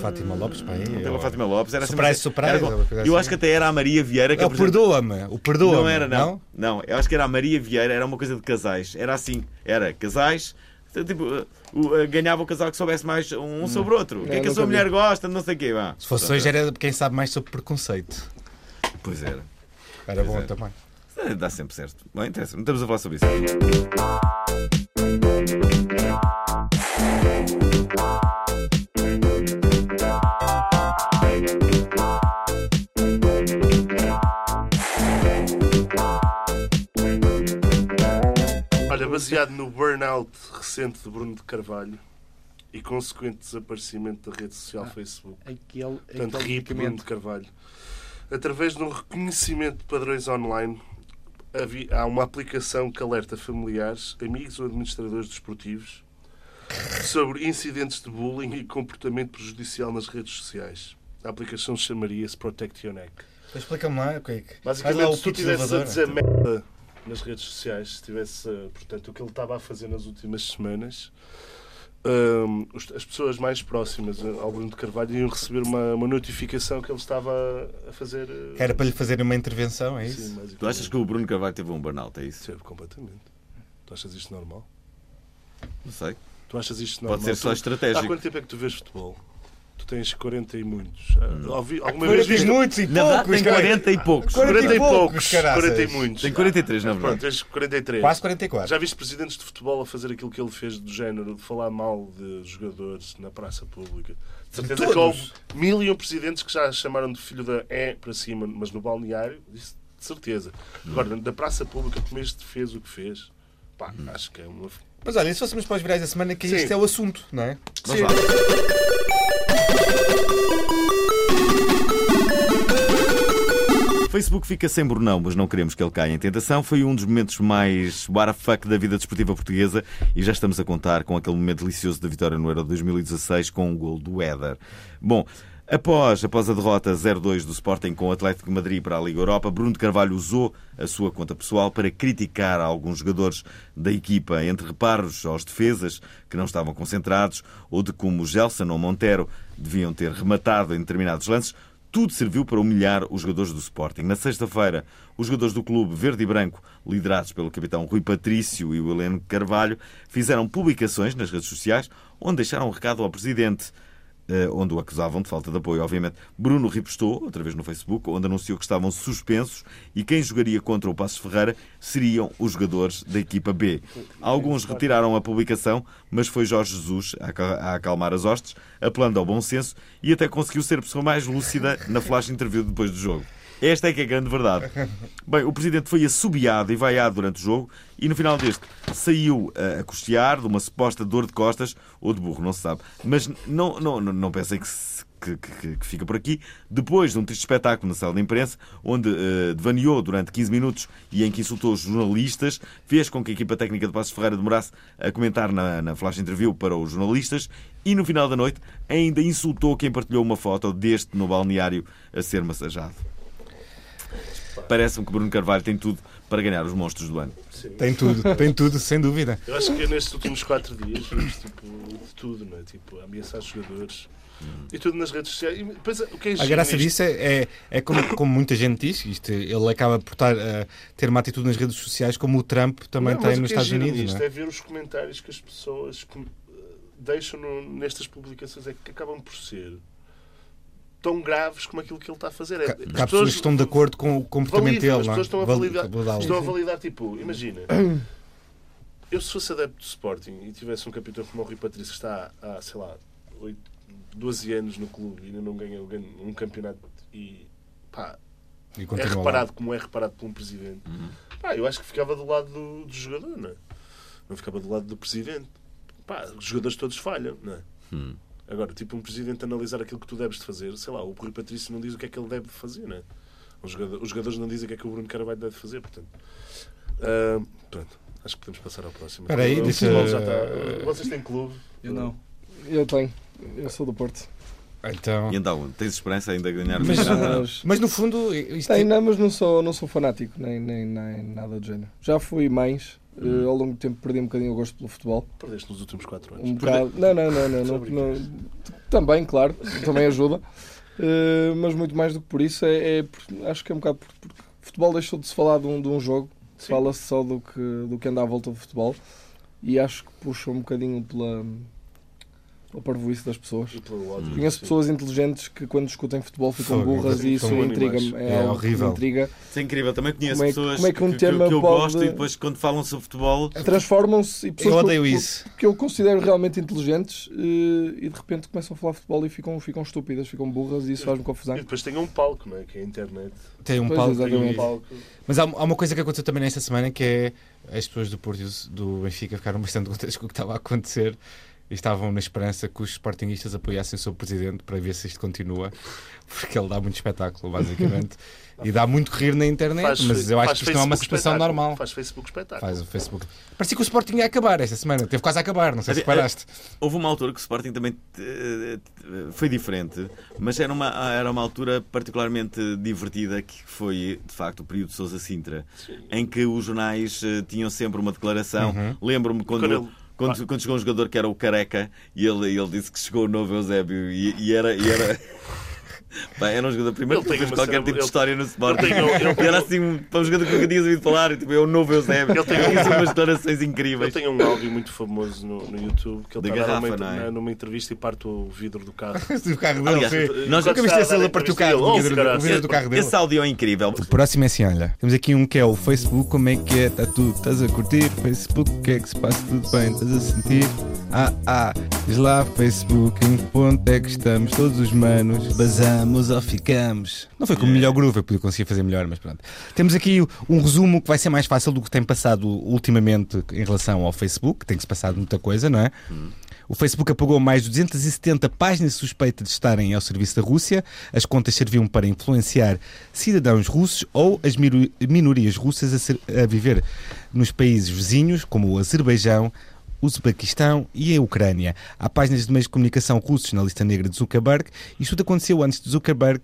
Speaker 2: Fátima Lopes, pá, é, aí,
Speaker 1: Pela
Speaker 2: ó.
Speaker 1: Fátima Lopes. Era
Speaker 2: Surprise,
Speaker 1: sempre-
Speaker 2: surprise,
Speaker 1: era com-
Speaker 2: ou coisa
Speaker 1: eu
Speaker 2: assim.
Speaker 1: acho que até era a Maria Vieira que
Speaker 2: É o
Speaker 1: apresentou-
Speaker 2: perdoa-me, o perdoa
Speaker 1: Não era, não. não. eu acho que era a Maria Vieira, era uma coisa de casais. Era assim, era casais. Tipo, uh, o- uh, ganhava o casal que soubesse mais um sobre o outro. O que é
Speaker 4: Ah,
Speaker 1: que a
Speaker 4: nunca
Speaker 1: sua
Speaker 4: vi.
Speaker 1: mulher gosta? Não sei o quê. vá.
Speaker 2: Hum. Se fosse hoje é- era de quem sabe mais sobre preconceito.
Speaker 1: Pois era.
Speaker 2: Era bom
Speaker 1: é.
Speaker 2: também.
Speaker 1: Eh, Dá sempre certo. Não interessa, não estamos a falar sobre isso.
Speaker 7: Olha, baseado no burnout recente de Bruno de Carvalho e consequente desaparecimento da rede
Speaker 8: Ah.
Speaker 7: social Facebook.
Speaker 6: Aquele,
Speaker 7: Portanto,
Speaker 6: aquele
Speaker 7: RIP Bruno de
Speaker 6: Então, medicamento.
Speaker 7: Carvalho. Através de um reconhecimento de padrões online, havi- há uma aplicação que alerta familiares, amigos ou administradores desportivos sobre incidentes de bullying e comportamento prejudicial nas redes sociais. A aplicação chamaria-se Protect Your Neck.
Speaker 2: Explica-me lá o que é que. Faz lá
Speaker 7: Basicamente,
Speaker 2: o
Speaker 7: se tu
Speaker 2: pitch
Speaker 7: estivesse a
Speaker 2: elevador. então.
Speaker 7: dizer merda nas redes sociais, se tivesse, eh, portanto, o que ele estava a fazer nas últimas semanas, hum, os- as pessoas mais próximas eh, ao Bruno de Carvalho iam receber uma, uma notificação que ele estava a- a fazer. eh,
Speaker 2: Que era para lhe fazer uma intervenção, é
Speaker 7: sim,
Speaker 2: isso?
Speaker 7: basicamente.
Speaker 1: Tu achas que o Bruno Carvalho teve um burnout? É isso?
Speaker 7: Sim, completamente. Tu achas isto normal?
Speaker 1: Não sei.
Speaker 7: Tu achas isto normal?
Speaker 1: Pode ser só
Speaker 7: Tu- Há
Speaker 1: estratégico.
Speaker 7: quanto tempo é que tu vês futebol? Tu tens 40 e muitos. Ah,
Speaker 1: Hum.
Speaker 7: ouvi- alguma vez
Speaker 2: Quarenta e
Speaker 7: viste
Speaker 2: muitos e
Speaker 1: Na verdade,
Speaker 2: poucos, é?
Speaker 1: tem
Speaker 2: caralho.
Speaker 1: 40 e poucos.
Speaker 7: 40 e poucos,
Speaker 2: poucos, caraças.
Speaker 7: 40 e muitos.
Speaker 1: Tem 43, na
Speaker 7: Pronto,
Speaker 1: verdade.
Speaker 7: tens 43.
Speaker 2: Quase 44.
Speaker 7: Já viste presidentes de futebol a fazer aquilo que ele fez do género, de falar mal de jogadores na praça pública? De certeza que
Speaker 2: todos.
Speaker 7: houve mil e um presidentes que já chamaram de filho da é para cima, mas no balneário, isso de certeza.
Speaker 2: Hum.
Speaker 7: Agora, da praça pública, como este fez o que fez, pá,
Speaker 2: Hum.
Speaker 7: acho que é uma.
Speaker 2: Mas olha, e se fôssemos para os virais da semana, que
Speaker 7: Sim.
Speaker 2: este é o assunto, não é?
Speaker 1: Vamos lá. Facebook fica sem Brunão, mas não queremos que ele caia em tentação. Foi um dos momentos mais what the fuck da vida desportiva portuguesa e já estamos a contar com aquele momento delicioso da vitória no Euro 2016 com o gol do Éder. Bom, após, após a derrota 0-2 do Sporting com o Atlético de Madrid para a Liga Europa, Bruno de Carvalho usou a sua conta pessoal para criticar alguns jogadores da equipa, entre reparos aos defesas que não estavam concentrados ou de como Gelson ou Montero deviam ter rematado em determinados lances. Tudo serviu para humilhar os jogadores do Sporting. Na sexta-feira, os jogadores do clube verde e branco, liderados pelo capitão Rui Patrício e o Heleno Carvalho, fizeram publicações nas redes sociais onde deixaram um recado ao presidente, eh, onde o acusavam de falta de apoio, obviamente. Bruno repostou, outra vez no Facebook, onde anunciou que estavam suspensos e quem jogaria contra o Passos Ferreira seriam os jogadores da equipa B. Alguns retiraram a publicação, mas foi Jorge Jesus a acal- a acalmar as hostes, apelando ao bom senso e até conseguiu ser a pessoa mais lúcida na flash interview depois do jogo. Esta é que é a grande verdade. Bem, o presidente foi assobiado e vaiado durante o jogo e no final deste saiu eh, a costear de uma suposta dor de costas ou de burro, não se sabe. Mas não, não, não- não pensem que se que, que- que fica por aqui, depois de um triste espetáculo na sala de imprensa, onde eh, devaneou durante 15 minutos e em que insultou os jornalistas, fez com que a equipa técnica de Passos Ferreira demorasse a comentar na, na flash interview para os jornalistas e no final da noite ainda insultou quem partilhou uma foto deste no balneário a ser massajado. Parece-me que Bruno Carvalho tem tudo para ganhar os monstros do ano.
Speaker 2: Tem tudo, tem tudo, sem dúvida.
Speaker 7: Eu acho que é nestes últimos quatro dias vimos tipo, de tudo, não é? Tipo, a ameaçar os jogadores e tudo nas redes sociais. E, depois, o que é
Speaker 2: Hum. A
Speaker 7: giro
Speaker 2: graça
Speaker 7: nisto?
Speaker 2: disso é, é, é como, como muita gente diz, isto, ele acaba por estar, eh, ter uma atitude nas redes sociais como o Trump também
Speaker 7: Não, mas
Speaker 2: tem
Speaker 7: o
Speaker 2: nos
Speaker 7: que é
Speaker 2: Estados
Speaker 7: giro
Speaker 2: Unidos.
Speaker 7: nisto
Speaker 2: não é?
Speaker 7: é ver os comentários que as pessoas com- deixam no- nestas publicações é que acabam por ser tão graves como aquilo que ele está a fazer. É,
Speaker 2: Cá-
Speaker 7: as
Speaker 2: cá Há pessoas que estão de acordo com o comportamento
Speaker 7: validam,
Speaker 2: dele.
Speaker 7: as
Speaker 2: não é?
Speaker 7: pessoas estão a
Speaker 2: Val-
Speaker 7: validar,
Speaker 2: validá-lo.
Speaker 7: estão a validar tipo, imagina, eu se fosse adepto do Sporting e tivesse um capitão como o Rui Patrício que está há, sei lá, 8, 12 anos no clube e ainda não ganha um campeonato e pá,
Speaker 2: E
Speaker 7: é
Speaker 2: continua lá.
Speaker 7: reparado como é reparado por um presidente. Pá, eu acho que ficava do lado do, do jogador, não é? Não ficava do lado do presidente. Pá, os jogadores todos falham, não é? Agora, tipo, um presidente analisar aquilo que tu deves de fazer, sei lá, o Rui Patrício não diz o que é que ele deve fazer, não é? Os, jogador- os jogadores não dizem o que é que o Bruno Carvalho deve fazer, portanto. Ah, pronto, acho que podemos passar ao próximo.
Speaker 2: Espera aí,
Speaker 7: O
Speaker 2: deixa-
Speaker 7: futebol já está- Vocês têm clube?
Speaker 6: Eu não.
Speaker 4: Eu tenho. Eu sou do Porto.
Speaker 2: Então...
Speaker 1: E então, tens esperança ainda de ganhar o
Speaker 2: Mas,
Speaker 1: campeonato?
Speaker 4: Mas-
Speaker 2: mas no fundo, isto é-
Speaker 4: Tem, não, mas não sou, não sou fanático, nem, nem, nem nada do género. Já fui mais, eh,
Speaker 2: Uhum.
Speaker 4: ao longo do tempo perdi um bocadinho o gosto pelo futebol.
Speaker 7: Perdeste nos últimos 4 anos.
Speaker 4: Um bocado. Não, não, não, não,
Speaker 7: Só
Speaker 4: não,
Speaker 7: brincar.
Speaker 4: não- Também, claro, também ajuda. Eh, mas muito mais do que por isso, é, é por- acho que é um bocado por- porque futebol deixou de se falar de um, de um jogo,
Speaker 7: Sim.
Speaker 4: fala-se só do que, do que anda à volta do futebol e acho que puxa um bocadinho pela, pela parvoíce das pessoas.
Speaker 7: E pelo ódio,
Speaker 4: Conheço
Speaker 7: sim.
Speaker 4: pessoas inteligentes que quando discutem futebol ficam
Speaker 2: Fogo,
Speaker 4: burras e isso
Speaker 2: são
Speaker 4: intriga-me.
Speaker 7: animais.
Speaker 4: É,
Speaker 2: É
Speaker 4: algo que me
Speaker 2: horrível.
Speaker 4: Intriga.
Speaker 1: Isso é incrível. Também conheço
Speaker 4: Como é que-
Speaker 1: pessoas
Speaker 4: como é que um
Speaker 1: que,
Speaker 4: tema
Speaker 1: que eu
Speaker 4: pode-
Speaker 1: gosto e depois, quando falam sobre futebol,
Speaker 4: Transformam-se e pessoas
Speaker 2: eu
Speaker 4: que
Speaker 2: odeio
Speaker 4: que-
Speaker 2: isso.
Speaker 4: que eu considero realmente inteligentes eh, e de repente começam a falar futebol e ficam, ficam estúpidas, ficam burras e isso faz-me confusão.
Speaker 7: E depois tem um palco, não é? Que é a internet.
Speaker 2: Tem um
Speaker 4: Pois,
Speaker 2: palco.
Speaker 7: Tem um
Speaker 4: Exatamente.
Speaker 7: palco.
Speaker 2: Mas há, há uma coisa que aconteceu também nesta semana que é as pessoas do Porto e do- do Benfica ficaram bastante contentes com o que estava a acontecer e estavam na esperança que os sportinguistas apoiassem o seu presidente para ver se isto continua, porque ele dá muito espetáculo, basicamente, e dá muito rir na internet,
Speaker 7: Faz-
Speaker 2: mas eu acho
Speaker 7: faz
Speaker 2: que isto não é uma
Speaker 7: Facebook
Speaker 2: situação
Speaker 7: espetáculo.
Speaker 2: normal.
Speaker 7: Faz Facebook espetáculo.
Speaker 2: Faz o Facebook. Parecia que o Sporting ia acabar esta semana, teve quase a acabar, não sei se reparaste.
Speaker 1: Houve uma altura que o Sporting também eh, eh, foi diferente, mas era uma, era uma altura particularmente divertida que foi, de facto, o período de Sousa Sintra, em que os jornais eh, tinham sempre uma declaração. Lembro-me quando.
Speaker 7: Uhum. Quando ele-
Speaker 1: Quando, quando chegou um jogador que era o Careca e ele, ele disse que chegou o novo Eusébio e, e era. E era... Pá, era um jogador primeiro
Speaker 7: Ele
Speaker 1: que
Speaker 7: tem
Speaker 1: fez
Speaker 7: uma
Speaker 1: qualquer
Speaker 7: cena-
Speaker 1: tipo de
Speaker 7: ele-
Speaker 1: história no Sporting.
Speaker 7: ele tem- ele tem-
Speaker 1: e era assim, um, para um jogador que nunca tinhas ouvido falar, e, tipo, é o novo Eusébio.
Speaker 7: Ele
Speaker 1: Ele
Speaker 7: tem-
Speaker 1: tem umas declarações
Speaker 7: Eu
Speaker 1: incríveis.
Speaker 7: tenho um áudio muito famoso no, no YouTube que ele tá
Speaker 1: Da
Speaker 7: está a dar uma
Speaker 1: garrafa,
Speaker 7: inter-
Speaker 1: não é?
Speaker 7: numa entrevista e parte o vidro do carro.
Speaker 2: O carro dele,
Speaker 1: Aliás,
Speaker 2: foi-
Speaker 1: nós
Speaker 2: nunca viste esse ele a partir o carro, o
Speaker 7: Oh,
Speaker 2: vidro do- o
Speaker 7: caralho.
Speaker 2: vidro do carro dele.
Speaker 1: Esse áudio é incrível.
Speaker 2: O próximo é assim, olha. Temos aqui um que é o Facebook, como é que é? Tá tudo, estás a curtir? Facebook, o que é que se passa? Tudo bem, estás a sentir? Ah, ah, diz lá, Facebook, em que ponto é que estamos? Todos os manos, basamos ou ficamos? Não foi como o melhor groove, eu podia conseguir fazer melhor, mas pronto. Temos aqui um resumo que vai ser mais fácil do que tem passado ultimamente em relação ao Facebook, que tem que se passado muita coisa, não é? O Facebook apagou mais de 270 páginas suspeitas de estarem ao serviço da Rússia. As contas serviam para influenciar cidadãos russos ou as miru- minorias russas a, ser- a viver nos países vizinhos, como o Azerbaijão, o Uzbequistão e a Ucrânia. Há páginas de meios de comunicação russos na lista negra de Zuckerberg. Isto tudo aconteceu antes de Zuckerberg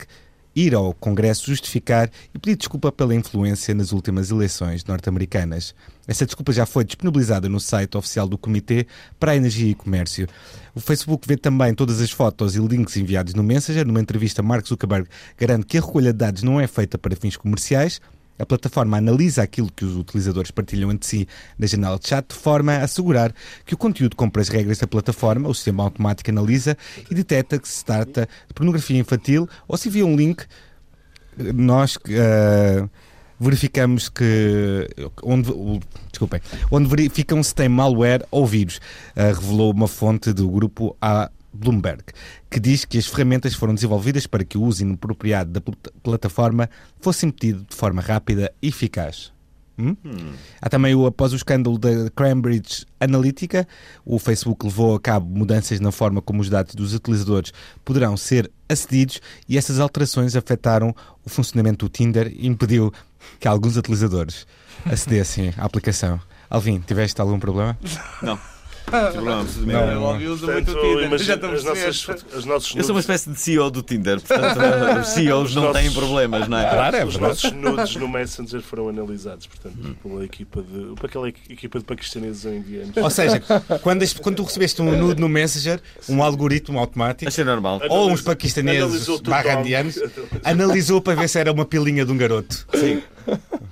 Speaker 2: ir ao Congresso justificar e pedir desculpa pela influência nas últimas eleições norte-americanas. Essa desculpa já foi disponibilizada no site oficial do Comitê para a Energia e Comércio. O Facebook vê também todas as fotos e links enviados no Messenger. Numa entrevista, Mark Zuckerberg garante que a recolha de dados não é feita para fins comerciais. A plataforma analisa aquilo que os utilizadores partilham entre si na janela de chat de forma a assegurar que o conteúdo cumpre as regras da plataforma. O sistema automático analisa e detecta que se trata de pornografia infantil ou se envia um link. Nós eh, verificamos que. Onde, o- desculpem. Onde verificam se tem malware ou vírus, eh, revelou uma fonte do grupo A. Bloomberg, que diz que as ferramentas foram desenvolvidas para que o uso inapropriado da pl- plataforma fosse impedido de forma rápida e eficaz. Hum? Há também, o, após o escândalo da Cambridge Analytica, o Facebook levou a cabo mudanças na forma como os dados dos utilizadores poderão ser acedidos e essas alterações afetaram o funcionamento do Tinder e impediu que alguns utilizadores acedessem à aplicação. Alvin, tiveste algum problema?
Speaker 1: Não tem problema, absolutamente.
Speaker 2: Não.
Speaker 7: é
Speaker 6: Óbvio, usa muito
Speaker 7: Portanto,
Speaker 6: o Tinder, já
Speaker 7: imagina,
Speaker 6: estamos
Speaker 7: as nossas, foto- as nossos
Speaker 1: Eu sou uma
Speaker 7: nudes-
Speaker 1: espécie de CEO do Tinder, portanto, os CEOs não têm problemas, não é?
Speaker 2: Claro, é
Speaker 7: os
Speaker 2: verdade.
Speaker 7: nossos nudes no Messenger foram analisados, portanto,
Speaker 2: Hum.
Speaker 7: pela equipa de. para aquela equipa de paquistaneses ou indianos.
Speaker 2: Ou seja, é quando, este- quando tu recebeste um nude no Messenger, um algoritmo automático,
Speaker 1: Achei normal.
Speaker 2: ou uns
Speaker 7: Analisa-
Speaker 2: paquistaneses
Speaker 7: analisou tudo
Speaker 2: barra
Speaker 7: ao-
Speaker 2: indianos, analisou para ver se era uma pilinha de um garoto.
Speaker 1: Sim.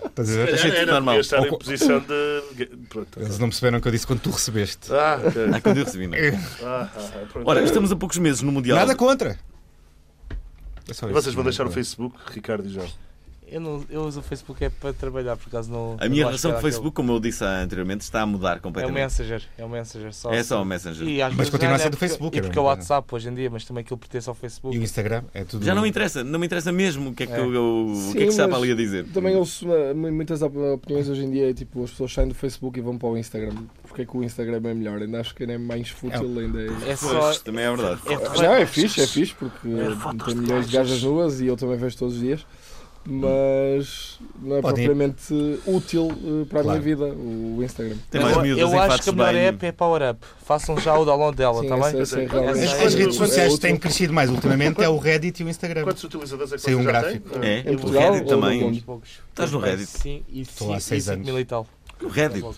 Speaker 2: Estás a ver?
Speaker 1: Achei tudo
Speaker 7: Era,
Speaker 1: normal.
Speaker 7: podia estar
Speaker 2: Ou-
Speaker 7: em posição de. Pronto.
Speaker 2: Eles não perceberam o que eu disse quando tu recebeste.
Speaker 7: Ah,
Speaker 1: Ah, quando eu recebi, não.
Speaker 7: ah, ah, pronto.
Speaker 1: Ora, estamos a poucos meses no Mundial.
Speaker 2: Nada contra. É só isso.
Speaker 7: Vocês vão deixar o Facebook, Ricardo e João.
Speaker 6: Eu, não, eu uso o Facebook é para trabalhar, por acaso não.
Speaker 1: A minha relação com o Facebook, é como eu disse anteriormente, está a mudar
Speaker 6: É o
Speaker 1: completamente.
Speaker 6: Messenger, é o Messenger só.
Speaker 1: É só o Messenger.
Speaker 6: E às
Speaker 2: Mas
Speaker 6: vezes
Speaker 2: continua a
Speaker 6: já
Speaker 2: ser
Speaker 6: é
Speaker 2: do
Speaker 6: porque-
Speaker 2: Facebook,
Speaker 6: E
Speaker 2: era
Speaker 6: porque é
Speaker 2: uma
Speaker 6: o
Speaker 2: coisa.
Speaker 6: WhatsApp hoje em dia, mas também aquilo pertence ao Facebook.
Speaker 2: E o Instagram é tudo.
Speaker 1: Já não me interessa, não me interessa mesmo o que é que,
Speaker 6: É.
Speaker 1: eu- eu- o que, é que
Speaker 4: Sim,
Speaker 1: se estava
Speaker 4: mas
Speaker 1: ali a dizer.
Speaker 4: Também ouço uma- mu- muitas op- opiniões hoje em dia, tipo, as pessoas saem do Facebook e vão para o Instagram. Porque é que o Instagram é melhor? Ainda acho que ainda é mais fútil, ainda é...
Speaker 6: É só.
Speaker 1: Pois, também é verdade.
Speaker 6: É,
Speaker 4: Não, é fixe, é fixe, porque tem milhões de gajas nuas e eu também vejo todos os dias. Mas não é
Speaker 2: Podem-
Speaker 4: propriamente útil eh, para a
Speaker 2: Claro.
Speaker 4: minha vida o Instagram.
Speaker 1: Tem mais
Speaker 6: eu
Speaker 1: miúdas
Speaker 6: eu
Speaker 1: em
Speaker 6: acho
Speaker 1: fatos
Speaker 6: que a
Speaker 1: de
Speaker 6: melhor
Speaker 1: banho.
Speaker 6: app é Power Up. Façam já o download dela,
Speaker 4: Sim,
Speaker 6: está
Speaker 4: essa-
Speaker 6: bem?
Speaker 4: essa é realmente-
Speaker 2: tá As,
Speaker 6: As-
Speaker 2: as redes
Speaker 7: É
Speaker 2: sociais
Speaker 4: útil.
Speaker 2: têm crescido mais ultimamente, é o Reddit e o Instagram.
Speaker 7: Quantos utilizadores é que
Speaker 2: Sem
Speaker 7: vocês
Speaker 2: um
Speaker 7: já
Speaker 2: gráfico.
Speaker 7: têm?
Speaker 1: É,
Speaker 4: Em
Speaker 1: o
Speaker 4: Portugal
Speaker 1: Reddit
Speaker 4: ou no
Speaker 1: também.
Speaker 4: mundo?
Speaker 6: Poucos.
Speaker 1: Estás no Reddit?
Speaker 6: Sim, e
Speaker 2: Estou há
Speaker 6: sim- e
Speaker 2: seis
Speaker 6: 5
Speaker 2: anos.
Speaker 6: mil e tal.
Speaker 1: O Reddit.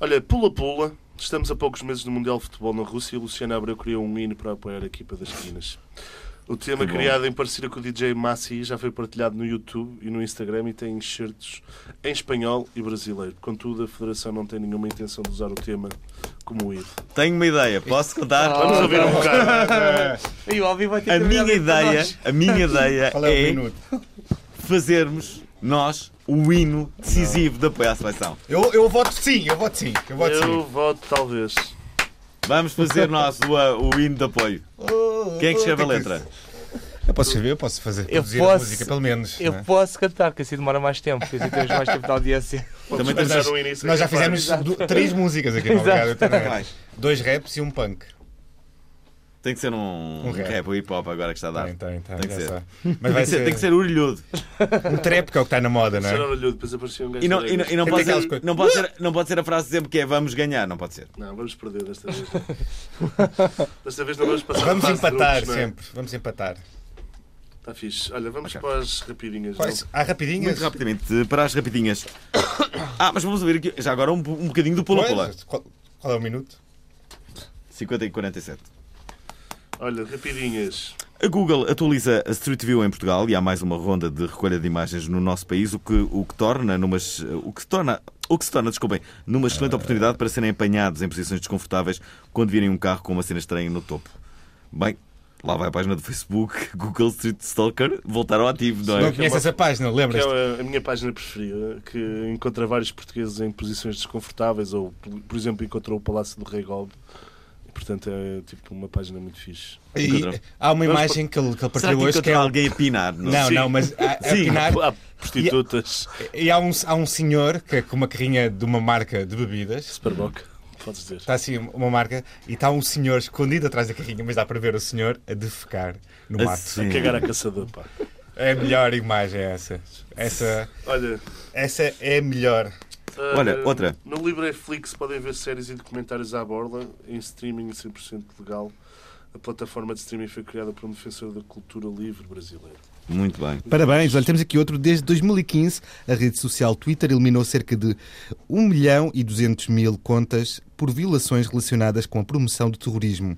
Speaker 7: Olha, pula-pula. Estamos a poucos meses do Mundial de Futebol na Rússia e Luciana Abreu criou um hino para apoiar a equipa das esquinas. O tema
Speaker 1: Que bom.
Speaker 7: criado em parceria com o DJ Massi já foi partilhado no YouTube e no Instagram e tem enxertos em espanhol e brasileiro. Contudo, a Federação não tem nenhuma intenção de usar o tema como um hino.
Speaker 1: Tenho uma ideia, posso
Speaker 6: Ah,
Speaker 2: Ah,
Speaker 1: contar?
Speaker 7: Vamos ouvir um bocado.
Speaker 6: E o Alvin vai ter
Speaker 1: A
Speaker 6: que
Speaker 1: minha
Speaker 6: trabalhar muito para
Speaker 1: ideia,
Speaker 6: nós.
Speaker 1: a minha ideia
Speaker 2: Qual é o
Speaker 7: Um
Speaker 1: é
Speaker 2: minuto?
Speaker 1: fazermos nós o hino decisivo de apoio à seleção.
Speaker 2: Eu, eu voto sim, eu voto sim, eu voto
Speaker 7: Eu
Speaker 2: sim.
Speaker 7: voto talvez.
Speaker 1: Vamos fazer nós o, uh, o hino de apoio.
Speaker 2: Oh,
Speaker 1: Quem é que escreve a letra?
Speaker 2: Eu posso escrever, eu posso fazer
Speaker 6: Eu
Speaker 2: produzir a
Speaker 6: posso-
Speaker 2: música, pelo menos.
Speaker 6: Eu
Speaker 2: né?
Speaker 6: posso cantar, que assim demora mais tempo, porque assim temos mais tempo de audiência.
Speaker 1: Também
Speaker 7: Vamos
Speaker 1: temos
Speaker 7: dar um início
Speaker 2: Nós já
Speaker 7: aqui, pá.
Speaker 2: fizemos du- três músicas aqui no
Speaker 6: Exato.
Speaker 2: Obrigado Internet.
Speaker 1: Vais.
Speaker 2: Dois raps e um punk.
Speaker 1: Tem que ser um,
Speaker 2: Um rap.
Speaker 1: rap, um hip hop agora que está a dar.
Speaker 2: Tem, tem, tem.
Speaker 1: Tem que
Speaker 2: já
Speaker 1: ser.
Speaker 2: sei.
Speaker 1: Tem
Speaker 2: Mas
Speaker 1: que
Speaker 2: vai
Speaker 1: ser,
Speaker 2: ser,
Speaker 1: tem que ser orelhudo.
Speaker 2: um trap que é o que está na moda, não
Speaker 7: Ser
Speaker 2: é?
Speaker 7: orelhudo, depois aparecia um gajo
Speaker 1: E não,
Speaker 7: de
Speaker 1: e não, e não
Speaker 2: Tem
Speaker 1: pode
Speaker 2: aquelas
Speaker 1: ser,
Speaker 2: coisas.
Speaker 1: não, pode ser, não pode ser a frase sempre que é vamos ganhar, não pode ser.
Speaker 7: Não, vamos perder desta vez. desta vez não vamos passar
Speaker 2: Vamos
Speaker 7: a fase de
Speaker 2: empatar
Speaker 7: grupos, não é?
Speaker 2: sempre, vamos empatar.
Speaker 7: Está Tá fixe. Olha, vamos para as rapidinhas.
Speaker 2: Quais?
Speaker 7: não?
Speaker 2: Há rapidinhas?
Speaker 1: Muito rapidamente, para as rapidinhas. Ah, mas vamos ouvir aqui já agora um, um bocadinho do pula-pula.
Speaker 2: Pois, Qual, qual é o minuto?
Speaker 1: 50 e 47.
Speaker 7: Olha, rapidinhas.
Speaker 1: A Google atualiza a Street View em Portugal e há mais uma ronda de recolha de imagens no nosso país, o que, o que torna numas, o que se torna o que se torna, desculpem, numa
Speaker 2: Ah.
Speaker 1: excelente oportunidade para serem apanhados em posições desconfortáveis quando virem um carro com uma cena estranha no topo. Bem, lá vai a página do Facebook, Google Street Stalker, voltaram ao ativo, não
Speaker 2: Não
Speaker 1: é?
Speaker 2: conheces essa página,
Speaker 7: Que é
Speaker 2: lembras-te?
Speaker 7: a- a minha página preferida, que encontra vários portugueses em posições desconfortáveis, ou, por- por exemplo, encontrou o Palácio do Rei Gold. E, portanto, é tipo uma página muito fixe.
Speaker 2: E
Speaker 1: Encontrou.
Speaker 2: há uma
Speaker 7: Vamos
Speaker 2: imagem que ele, que
Speaker 1: Será
Speaker 2: ele partiu
Speaker 1: que
Speaker 2: hoje que é.
Speaker 1: encontrou
Speaker 2: o-
Speaker 1: alguém a pinar?
Speaker 2: Não,
Speaker 7: Sim.
Speaker 2: não, mas há, há
Speaker 1: Sim.
Speaker 2: apinar-
Speaker 7: Há prostitutas.
Speaker 2: É e há um, há um senhor que é com uma carrinha de uma marca de bebidas.
Speaker 7: Superboc, podes dizer.
Speaker 2: Está assim uma marca e está um senhor escondido atrás da carrinha, mas dá para ver o senhor a defecar no
Speaker 1: A
Speaker 2: mato.
Speaker 1: sério?
Speaker 7: Cagar a caçador, pá.
Speaker 2: É a melhor imagem essa. Essa,
Speaker 7: Olha,
Speaker 2: essa é a melhor.
Speaker 7: ah,
Speaker 1: Olha, outra.
Speaker 7: No Libreflix podem ver séries e documentários à borla, em streaming 100% legal. A plataforma de streaming foi criada por um defensor da cultura livre brasileira.
Speaker 1: Muito bem.
Speaker 2: Parabéns, olha, temos aqui outro. Desde 2015, a rede social Twitter eliminou cerca de 1 milhão e 200 mil contas por violações relacionadas com a promoção do terrorismo.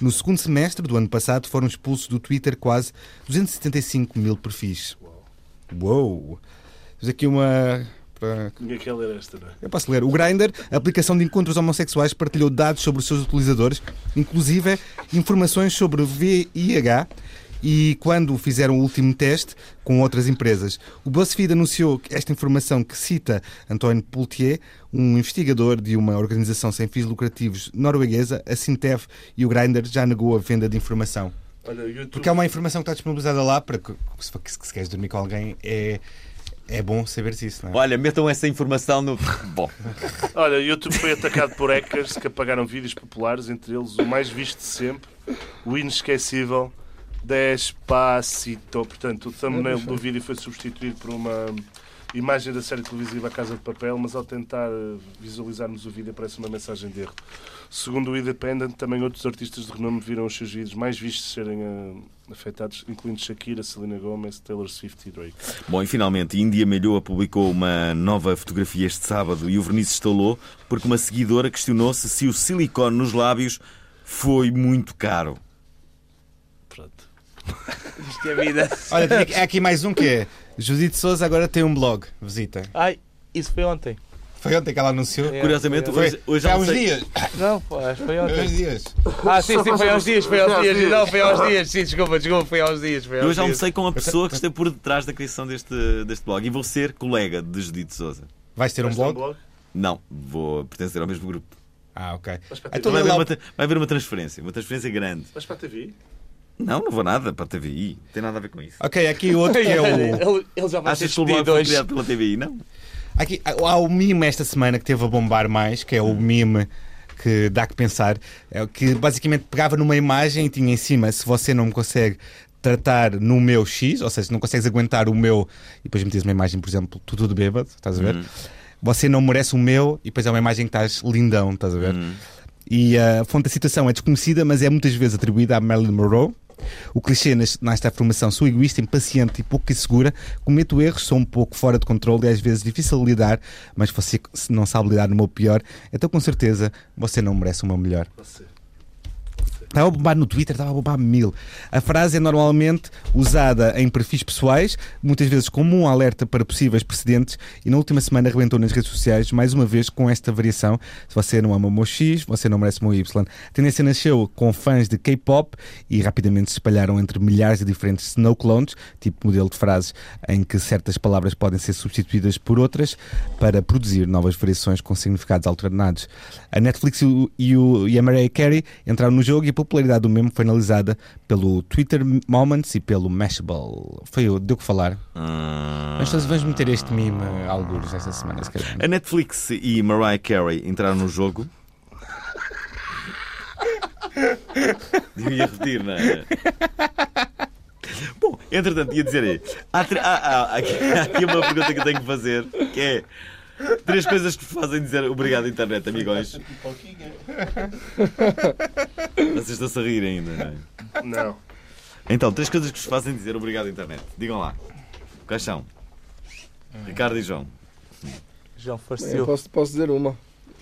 Speaker 2: No segundo semestre do ano passado, foram expulsos do Twitter quase 275 mil perfis. Uou! Temos aqui uma. para-
Speaker 7: Ninguém quer ler esta, não é?
Speaker 2: Eu posso ler. O Grindr, a aplicação de encontros homossexuais, partilhou dados sobre os seus utilizadores, inclusive informações sobre VIH e quando fizeram o último teste com outras empresas. O BuzzFeed anunciou que esta informação que cita António Poultier, um investigador de uma organização sem fins lucrativos norueguesa, a Sintef, e o Grindr já negou a venda de informação.
Speaker 7: Olha, YouTube.
Speaker 2: Porque há uma informação que está disponibilizada lá para que, que se, que se queres dormir com alguém é É bom saberes isso, não é?
Speaker 1: Olha, metam essa informação no. Bom,
Speaker 7: Olha, o YouTube foi atacado por hackers que apagaram vídeos populares, entre eles o mais visto de sempre, o inesquecível Despacito. Portanto, o thumbnail do vídeo foi substituído por uma imagem da série televisiva A Casa de Papel, mas ao tentar eh, visualizarmos o vídeo aparece uma mensagem de erro. Segundo o Independent, também outros artistas de renome viram os seus vídeos mais vistos serem eh, afetados, incluindo Shakira, Selena Gomez, Taylor Swift e Drake.
Speaker 1: Bom, e finalmente, Índia Melhoa publicou uma nova fotografia este sábado e o verniz estalou porque uma seguidora questionou-se se o silicone nos lábios foi muito caro.
Speaker 7: Pronto.
Speaker 6: Isto é vida.
Speaker 2: Olha, tem aqui- é aqui mais um que é. Judite Souza agora tem um blog. Visita.
Speaker 6: Ai, isso foi ontem.
Speaker 2: Foi ontem que ela anunciou.
Speaker 6: É,
Speaker 1: Curiosamente,
Speaker 6: foi-
Speaker 1: hoje,
Speaker 2: Foi-
Speaker 1: hoje
Speaker 2: foi há
Speaker 1: ela
Speaker 2: uns
Speaker 1: sei-
Speaker 2: dias.
Speaker 6: Não, pô, acho que foi
Speaker 2: Foi há uns
Speaker 6: ontem.
Speaker 2: didias.
Speaker 6: Ah, sim, sim, foi aos dias, foi aos dias. Não, foi aos dias, sim, desculpa, desculpa, foi aos dias. Foi
Speaker 1: Eu
Speaker 6: aos
Speaker 1: hoje
Speaker 6: dias.
Speaker 1: almocei com a pessoa que está por detrás da criação deste, deste blog e vou ser colega de Judite Souza.
Speaker 2: Vais ter um
Speaker 7: Mas tem
Speaker 2: blog?
Speaker 1: Não, vou pertencer ao mesmo grupo.
Speaker 2: Ah, ok.
Speaker 7: espera,
Speaker 2: Então
Speaker 1: vai, haver
Speaker 2: lê lá.
Speaker 1: uma,
Speaker 2: o-
Speaker 1: tra- vai haver uma transferência, uma transferência grande.
Speaker 7: Mas para a TV?
Speaker 1: Não, não vou nada para a TVI, não tem nada a ver com isso.
Speaker 2: Ok, aqui outro que é o.
Speaker 6: Ele, ele já vai ser
Speaker 1: Achas que o blog
Speaker 6: despedido
Speaker 1: foi
Speaker 6: hoje.
Speaker 1: criado pela TVI? Não.
Speaker 2: Aqui, há o meme esta semana que teve a bombar mais, que é o meme que dá que pensar, é o que basicamente pegava numa imagem e tinha em cima se você não me consegue tratar no meu X, ou seja, se não consegues aguentar o meu, e depois metias uma imagem, por exemplo, tu tudo bêbado, estás a ver? Você não merece o meu, e depois é uma imagem que estás lindão, estás a ver? E a fonte da citação é desconhecida, mas é muitas vezes atribuída a Marilyn Monroe. O clichê nas- nesta afirmação, sou egoísta, impaciente e pouco insegura, cometo erros, sou um pouco fora de controle e às vezes difícil de lidar, mas você se não sabe lidar no meu pior, então com certeza você não merece uma melhor.
Speaker 7: Você.
Speaker 2: Estava a bombar no Twitter, estava a bombar mil. A frase é normalmente usada em perfis pessoais, muitas vezes como um alerta para possíveis precedentes, e na última semana arrebentou nas redes sociais, mais uma vez com esta variação: se você não ama o meu X, você não merece o meu Y. A tendência nasceu com fãs de K-pop e rapidamente se espalharam entre milhares de diferentes snow clones, tipo modelo de frases em que certas palavras podem ser substituídas por outras para produzir novas variações com significados alternados. A Netflix e, o, e, o- e a Mariah Carey entraram no jogo e a popularidade do mesmo foi analisada pelo Twitter Moments e pelo Mashable. Foi o deu que falar.
Speaker 1: Ah.
Speaker 2: Mas nós vamos meter este meme a alguns esta semana, se calhar.
Speaker 1: A Netflix e Mariah Carey entraram no jogo. Eu ia repetir, não é? Bom, entretanto, ia dizer aí. Há, tre- há- há- há aqui, há aqui uma pergunta que eu tenho que fazer, que é três coisas que te fazem dizer obrigado internet, amigões. Vocês estão-se a rir ainda, não é?
Speaker 7: Não.
Speaker 1: Então, três coisas que vos fazem dizer obrigado internet. Digam lá. Quais são? Ricardo e João.
Speaker 6: João
Speaker 4: Bem, eu
Speaker 6: Farceu.
Speaker 4: posso, posso dizer uma.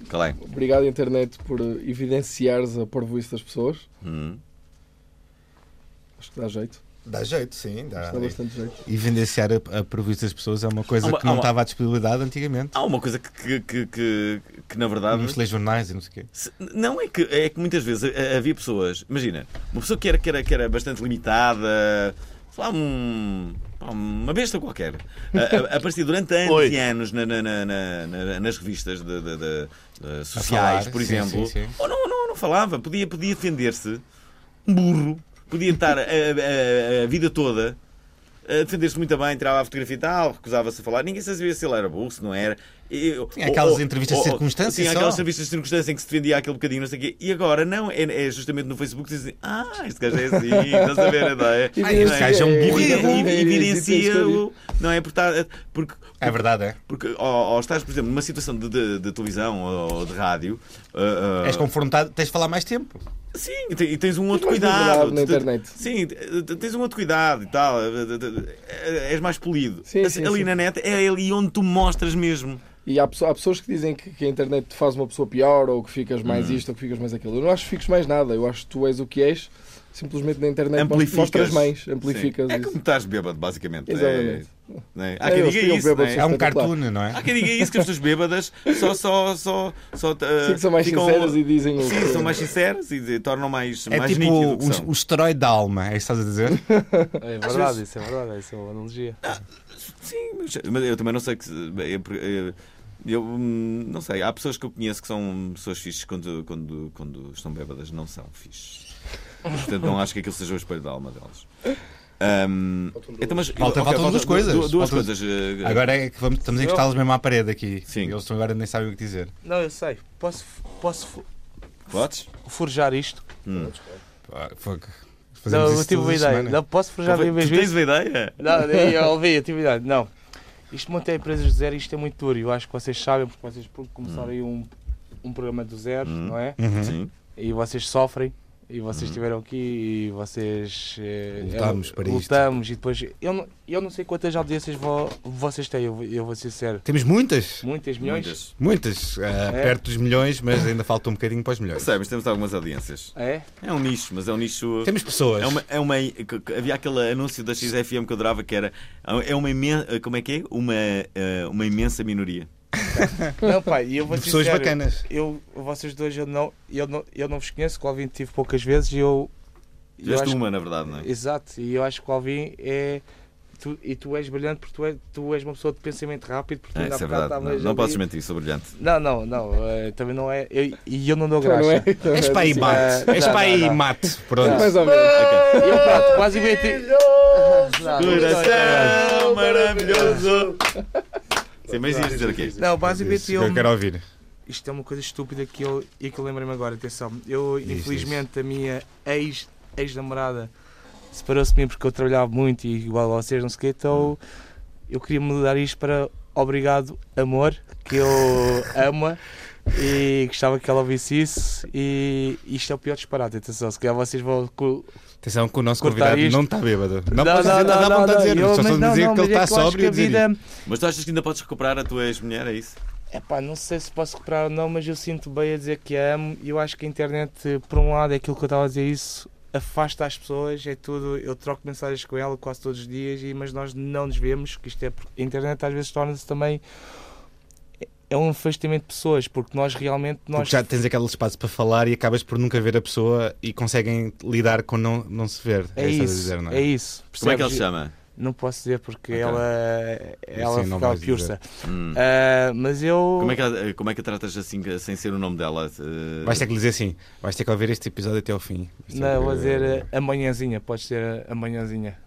Speaker 1: Qual é?
Speaker 4: Obrigado, internet, por eh, evidenciares a porvoice das pessoas.
Speaker 1: Hum.
Speaker 4: Acho que dá jeito.
Speaker 2: Dá jeito, sim, dá.
Speaker 4: Dá bastante jeito.
Speaker 2: E vendenciar a, a previsão das pessoas é uma coisa
Speaker 1: Há uma-
Speaker 2: que não
Speaker 1: há uma-
Speaker 2: estava à disponibilidade antigamente.
Speaker 1: Há uma coisa que, que, que, que, que, na verdade.
Speaker 2: Nos telejornais e não sei o quê.
Speaker 1: se- Não é que, é que muitas vezes eh, havia pessoas. Imagina, uma pessoa que era, que era, que era bastante limitada. Sei lá, um, pá, uma besta qualquer. A- a- Aparecia durante anos
Speaker 7: Oi.
Speaker 1: e anos na- na- na- na- na- nas revistas de- de- de- de
Speaker 2: A
Speaker 1: sociais,
Speaker 2: falar,
Speaker 1: por
Speaker 2: sim,
Speaker 1: exemplo.
Speaker 2: sim, sim.
Speaker 1: Ou não, não, não falava, podia, podia defender-se. Um burro. Podia estar a, a- a- a vida toda a defender-se muito bem, tirava a fotografia e tal, recusava-se a falar. Ninguém sabia se ele era burro, se não era. E-
Speaker 2: Tinha aquelas entrevistas de circunstância
Speaker 1: Tinha
Speaker 2: só.
Speaker 1: aquelas entrevistas de circunstância em que se defendia aquele bocadinho, não sei o quê. E agora não, é, é justamente no Facebook que dizem Ah, este gajo é assim, estás a ver, não é?
Speaker 2: Ai, este gajo é um burro.
Speaker 1: Evidencia- Evidencia
Speaker 4: o.
Speaker 1: o. Não é? Porque, tá- porque
Speaker 2: É verdade, é.
Speaker 1: porque, ou, ou estás, por exemplo, numa situação de, de- de televisão ou, ou de rádio. ah, ah,
Speaker 2: És confrontado, tens de falar mais tempo.
Speaker 1: Sim, e te- e tens um outro
Speaker 4: mais
Speaker 1: cuidado.
Speaker 4: vulnerável na
Speaker 1: Tu- tu-
Speaker 4: internet.
Speaker 1: Sim, te- te- tens um outro cuidado e tal. eh, eh, eh, És mais polido.
Speaker 4: Sim,
Speaker 1: Assim,
Speaker 4: sim,
Speaker 1: ali
Speaker 4: sim.
Speaker 1: na net é ali onde tu mostras mesmo.
Speaker 4: E há, pesso- há pessoas que dizem que, que a internet te faz uma pessoa pior, ou que ficas mais
Speaker 1: Hum.
Speaker 4: isto, ou que ficas mais aquilo. Eu não acho que fiques mais nada. Eu acho que tu és o que és, simplesmente na internet mos-
Speaker 1: Amplificas.
Speaker 4: mostras mais,
Speaker 1: Sim.
Speaker 4: amplificas
Speaker 1: É como
Speaker 4: isso.
Speaker 1: estás bêbado, basicamente.
Speaker 4: Exatamente.
Speaker 1: É, não é? Há quem
Speaker 4: É, eu
Speaker 1: diga
Speaker 4: estou
Speaker 1: isso. não é?
Speaker 4: bêbado,
Speaker 2: É um
Speaker 4: Espetacular.
Speaker 2: cartoon, não
Speaker 1: Há
Speaker 2: é?
Speaker 1: quem diga isso que as pessoas bêbadas só. só, só, só eh,
Speaker 4: Sim, que são mais
Speaker 1: ficam-
Speaker 4: sinceras e dizem o
Speaker 1: Sim,
Speaker 4: que-
Speaker 1: são mais sinceros e de- tornam mais,
Speaker 2: É
Speaker 1: mais
Speaker 2: tipo
Speaker 1: nítido o que
Speaker 2: o,
Speaker 1: são.
Speaker 2: o esteroide da alma, é isso que estás a dizer?
Speaker 6: É verdade, isso é verdade, isso é uma analogia.
Speaker 1: Sim, mas, mas eu também não sei que. se- Eu, eu- eu, hum, não sei, há pessoas que eu conheço que são pessoas fixes quando, quando, quando estão bêbadas, não são fixes. Portanto, não acho que aquilo seja o espelho da alma delas. Ahm,
Speaker 3: Faltam
Speaker 1: então, mas,
Speaker 2: Falta-
Speaker 1: ok,
Speaker 2: faltam duas coisas.
Speaker 1: du- Duas
Speaker 2: Faltam-
Speaker 1: coisas. eh,
Speaker 2: Agora é que vamos, estamos a encostá-los mesmo à parede aqui.
Speaker 1: Sim.
Speaker 2: Eles agora nem sabem o que dizer.
Speaker 6: Não, eu sei. Posso, posso fu-
Speaker 1: Podes?
Speaker 6: forjar isto?
Speaker 2: Ah, fuck.
Speaker 6: Não,
Speaker 2: Fazemos
Speaker 6: eu
Speaker 2: isso
Speaker 6: tive
Speaker 2: todas
Speaker 6: uma
Speaker 2: as
Speaker 6: ideia.
Speaker 2: semanas.
Speaker 6: Não, posso forjar
Speaker 1: Tu
Speaker 6: bem vez
Speaker 1: tens
Speaker 6: vezes?
Speaker 1: uma ideia?
Speaker 6: Não, daí eu ouvi, eu tive ideia. Não. Isto manter empresas do zero, isto é muito duro. Eu acho que vocês sabem, porque vocês por começaram aí um, um programa do zero,
Speaker 1: Hum.
Speaker 6: não é?
Speaker 2: Uhum.
Speaker 1: Sim.
Speaker 6: E vocês sofrem. E vocês estiveram aqui e vocês. eh,
Speaker 2: Lutamos
Speaker 6: eh,
Speaker 2: para isto.
Speaker 6: lutamos e depois. Eu não, eu não sei quantas audiências vo- vocês têm, eu, vou- eu vou ser sério.
Speaker 2: Temos muitas.
Speaker 6: Muitas milhões?
Speaker 1: Muitas.
Speaker 2: Muitas.
Speaker 6: É.
Speaker 2: ah, Perto dos milhões, mas ainda falta um bocadinho para os
Speaker 1: Eu
Speaker 2: milhões.
Speaker 1: sei, mas temos algumas audiências.
Speaker 6: É?
Speaker 1: É um nicho, mas é um nicho.
Speaker 2: Temos pessoas.
Speaker 1: É uma, é uma- que- que- havia aquele anúncio da XFM que eu adorava que era. É uma imensa. Como é que é? Uma, eh, uma imensa minoria.
Speaker 6: Não, pai, e eu vou
Speaker 2: De
Speaker 6: ser
Speaker 2: pessoas
Speaker 6: sério.
Speaker 2: bacanas.
Speaker 6: Eu, vocês dois, eu não, eu não, eu não vos conheço, o Alvin tive poucas vezes e eu. eu
Speaker 1: Tiveste
Speaker 6: acho-
Speaker 1: uma, na verdade, não é?
Speaker 6: Exato, e eu acho que o Alvin é. Tu, e tu és brilhante porque tu és, tu és uma pessoa de pensamento rápido. Porque tu
Speaker 1: É,
Speaker 6: ainda
Speaker 1: isso é
Speaker 6: há bocado
Speaker 1: verdade. Não,
Speaker 6: estavas
Speaker 1: não
Speaker 6: ali-
Speaker 1: podes mentir, sou brilhante.
Speaker 6: Não, não, não, eh, também não é. eu- E eu não dou graça.
Speaker 4: Não é? Então,
Speaker 2: És
Speaker 4: é
Speaker 2: para aí
Speaker 4: assim.
Speaker 2: mate.
Speaker 6: Ah,
Speaker 2: És
Speaker 6: não,
Speaker 2: para aí
Speaker 6: não, não.
Speaker 2: mate. Pronto.
Speaker 4: Mais ou menos.
Speaker 1: Ok.
Speaker 6: Eu pronto, quase meti. Não, não, não,
Speaker 1: Coração maravilhoso! Sim, mas ias dizer o quê?
Speaker 6: Não,
Speaker 2: Isso
Speaker 6: basicamente
Speaker 2: que
Speaker 6: eu.
Speaker 2: eu quero ouvir.
Speaker 6: Isto é uma coisa estúpida que eu, e que eu lembrei-me agora, atenção. Eu,
Speaker 2: Diz,
Speaker 6: infelizmente, a minha ex- ex-namorada separou-se de mim porque eu trabalhava muito e igual a vocês, não sei o quê,
Speaker 2: Hum.
Speaker 6: então eu queria mudar isto para Obrigado Amor, que eu amo e gostava que ela ouvisse isso. E isto é o pior disparate, atenção. Se calhar vocês vão. co-
Speaker 2: Atenção que o nosso
Speaker 6: Cortar
Speaker 2: convidado
Speaker 6: isto.
Speaker 2: não está bêbado. Não, podes dizer, não, dá vontade de dizer.
Speaker 6: eu-
Speaker 2: só
Speaker 6: mas
Speaker 2: estou a
Speaker 6: não,
Speaker 2: dizer
Speaker 6: não,
Speaker 2: que ele
Speaker 6: mas é
Speaker 2: está
Speaker 6: eu acho
Speaker 2: sóbrio e
Speaker 6: que a
Speaker 2: dizer
Speaker 6: vida-
Speaker 1: Mas tu achas que ainda podes recuperar a tua ex-mulher? É isso?
Speaker 6: Epá, não sei se posso recuperar ou não, mas eu sinto bem a dizer que a amo e eu acho que a internet, por um lado, é aquilo que eu estava a dizer, isso afasta as pessoas, é tudo, eu troco mensagens com ela quase todos os dias, e, mas nós não nos vemos, que isto é, porque a internet às vezes torna-se também, é um afastamento de pessoas, porque nós realmente,
Speaker 2: Porque
Speaker 6: nós,
Speaker 2: já tens aquele espaço para falar e acabas por nunca ver a pessoa e conseguem lidar com não, não se ver.
Speaker 6: é
Speaker 2: isso que estás
Speaker 6: isso,
Speaker 2: a dizer, não é?
Speaker 6: é isso,
Speaker 1: Como é que
Speaker 6: percebes?
Speaker 1: ele se chama?
Speaker 6: Não posso dizer porque
Speaker 1: Ok.
Speaker 6: ela, ela
Speaker 2: Sim, É assim, não
Speaker 6: ficava
Speaker 2: vais dizer.
Speaker 6: piursa,
Speaker 1: Hum.
Speaker 6: Ah, mas eu...
Speaker 1: Como é, que, a- como é que a tratas assim sem ser o nome dela? Eh,
Speaker 2: Vais ter que lhe dizer assim, vais ter que ouvir este episódio até ao fim. Vais ter
Speaker 6: Não, eu vou
Speaker 2: que-
Speaker 6: dizer eh, amanhãzinha, pode ser amanhãzinha.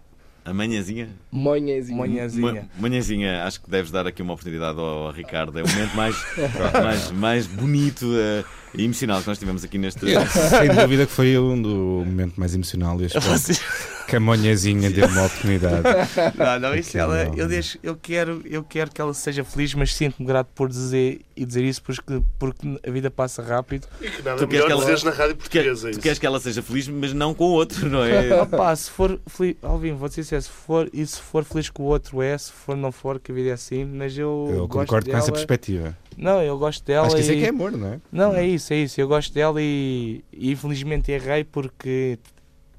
Speaker 1: Amanhãzinha? Hum,
Speaker 4: Monhazinho.
Speaker 6: Manhãzinha.
Speaker 1: Ma- Manhãzinha, acho que deves dar aqui uma oportunidade ao ao Ricardo. É o momento mais, mais, mais bonito eh, e emocional que nós tivemos aqui neste.
Speaker 2: Sem dúvida que foi um do momento mais emocional e acho que
Speaker 6: Vocês-
Speaker 2: a Monhazinha deu uma oportunidade.
Speaker 6: Não, não, isso
Speaker 2: Aquilo
Speaker 6: ela,
Speaker 2: não,
Speaker 6: eu,
Speaker 2: não.
Speaker 6: deixo, eu, quero, eu quero que ela seja feliz, mas sinto-me grato por dizer e dizer isso porque, porque a vida passa rápido.
Speaker 7: E que nada
Speaker 1: Tu queres
Speaker 7: melhor
Speaker 1: que ela-
Speaker 7: dizeres na rádio
Speaker 6: é
Speaker 1: Tu, quer-
Speaker 7: portuguesa. é
Speaker 1: tu
Speaker 7: isso.
Speaker 1: queres que ela seja feliz, mas não com o outro, não é?
Speaker 6: Opa, se for feliz, Alvin, vou dizer se for e se for feliz com o outro é, se for não for, que a vida é assim, mas eu,
Speaker 2: Eu
Speaker 6: gosto
Speaker 2: concordo com
Speaker 6: dela.
Speaker 2: essa perspectiva.
Speaker 6: Não, eu gosto dela
Speaker 2: Acho que isso é
Speaker 6: e-
Speaker 2: que é amor, não é?
Speaker 6: Não, é isso, é isso. Eu gosto dela e, e infelizmente errei porque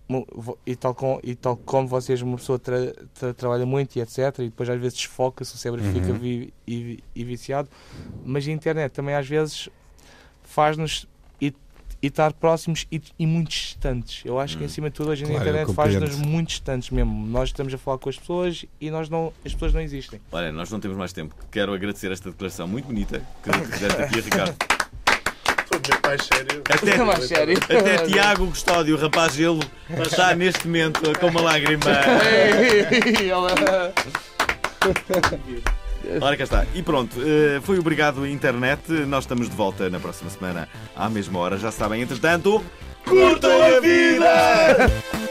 Speaker 6: mo- vo- e tal, com, e tal como vocês, uma pessoa tra- tra- trabalha muito e etc. E depois às vezes desfoca-se, o cérebro fica
Speaker 2: Uhum.
Speaker 6: vi- e, vi- e viciado. Mas a internet também às vezes faz-nos e, e estar próximos e, e muito distantes. Eu acho que
Speaker 1: Hum.
Speaker 6: acima de tudo hoje na
Speaker 2: Claro, eu
Speaker 6: internet faz-nos
Speaker 2: compreendo.
Speaker 6: muito distantes mesmo. Nós estamos a falar com as pessoas e nós não, as pessoas não existem.
Speaker 1: Olha, nós não temos mais tempo. Quero agradecer esta declaração muito bonita que tu fizeste aqui, Ricardo.
Speaker 7: Foi bem mais sério.
Speaker 1: Até,
Speaker 6: Mas sério.
Speaker 1: até Tiago Custódio, rapaz gelo, está neste momento com uma lágrima. Ora, cá está. E pronto, eh, foi obrigado, internet. Nós estamos de volta na próxima semana, à mesma hora. Já sabem, entretanto, curtam a vida!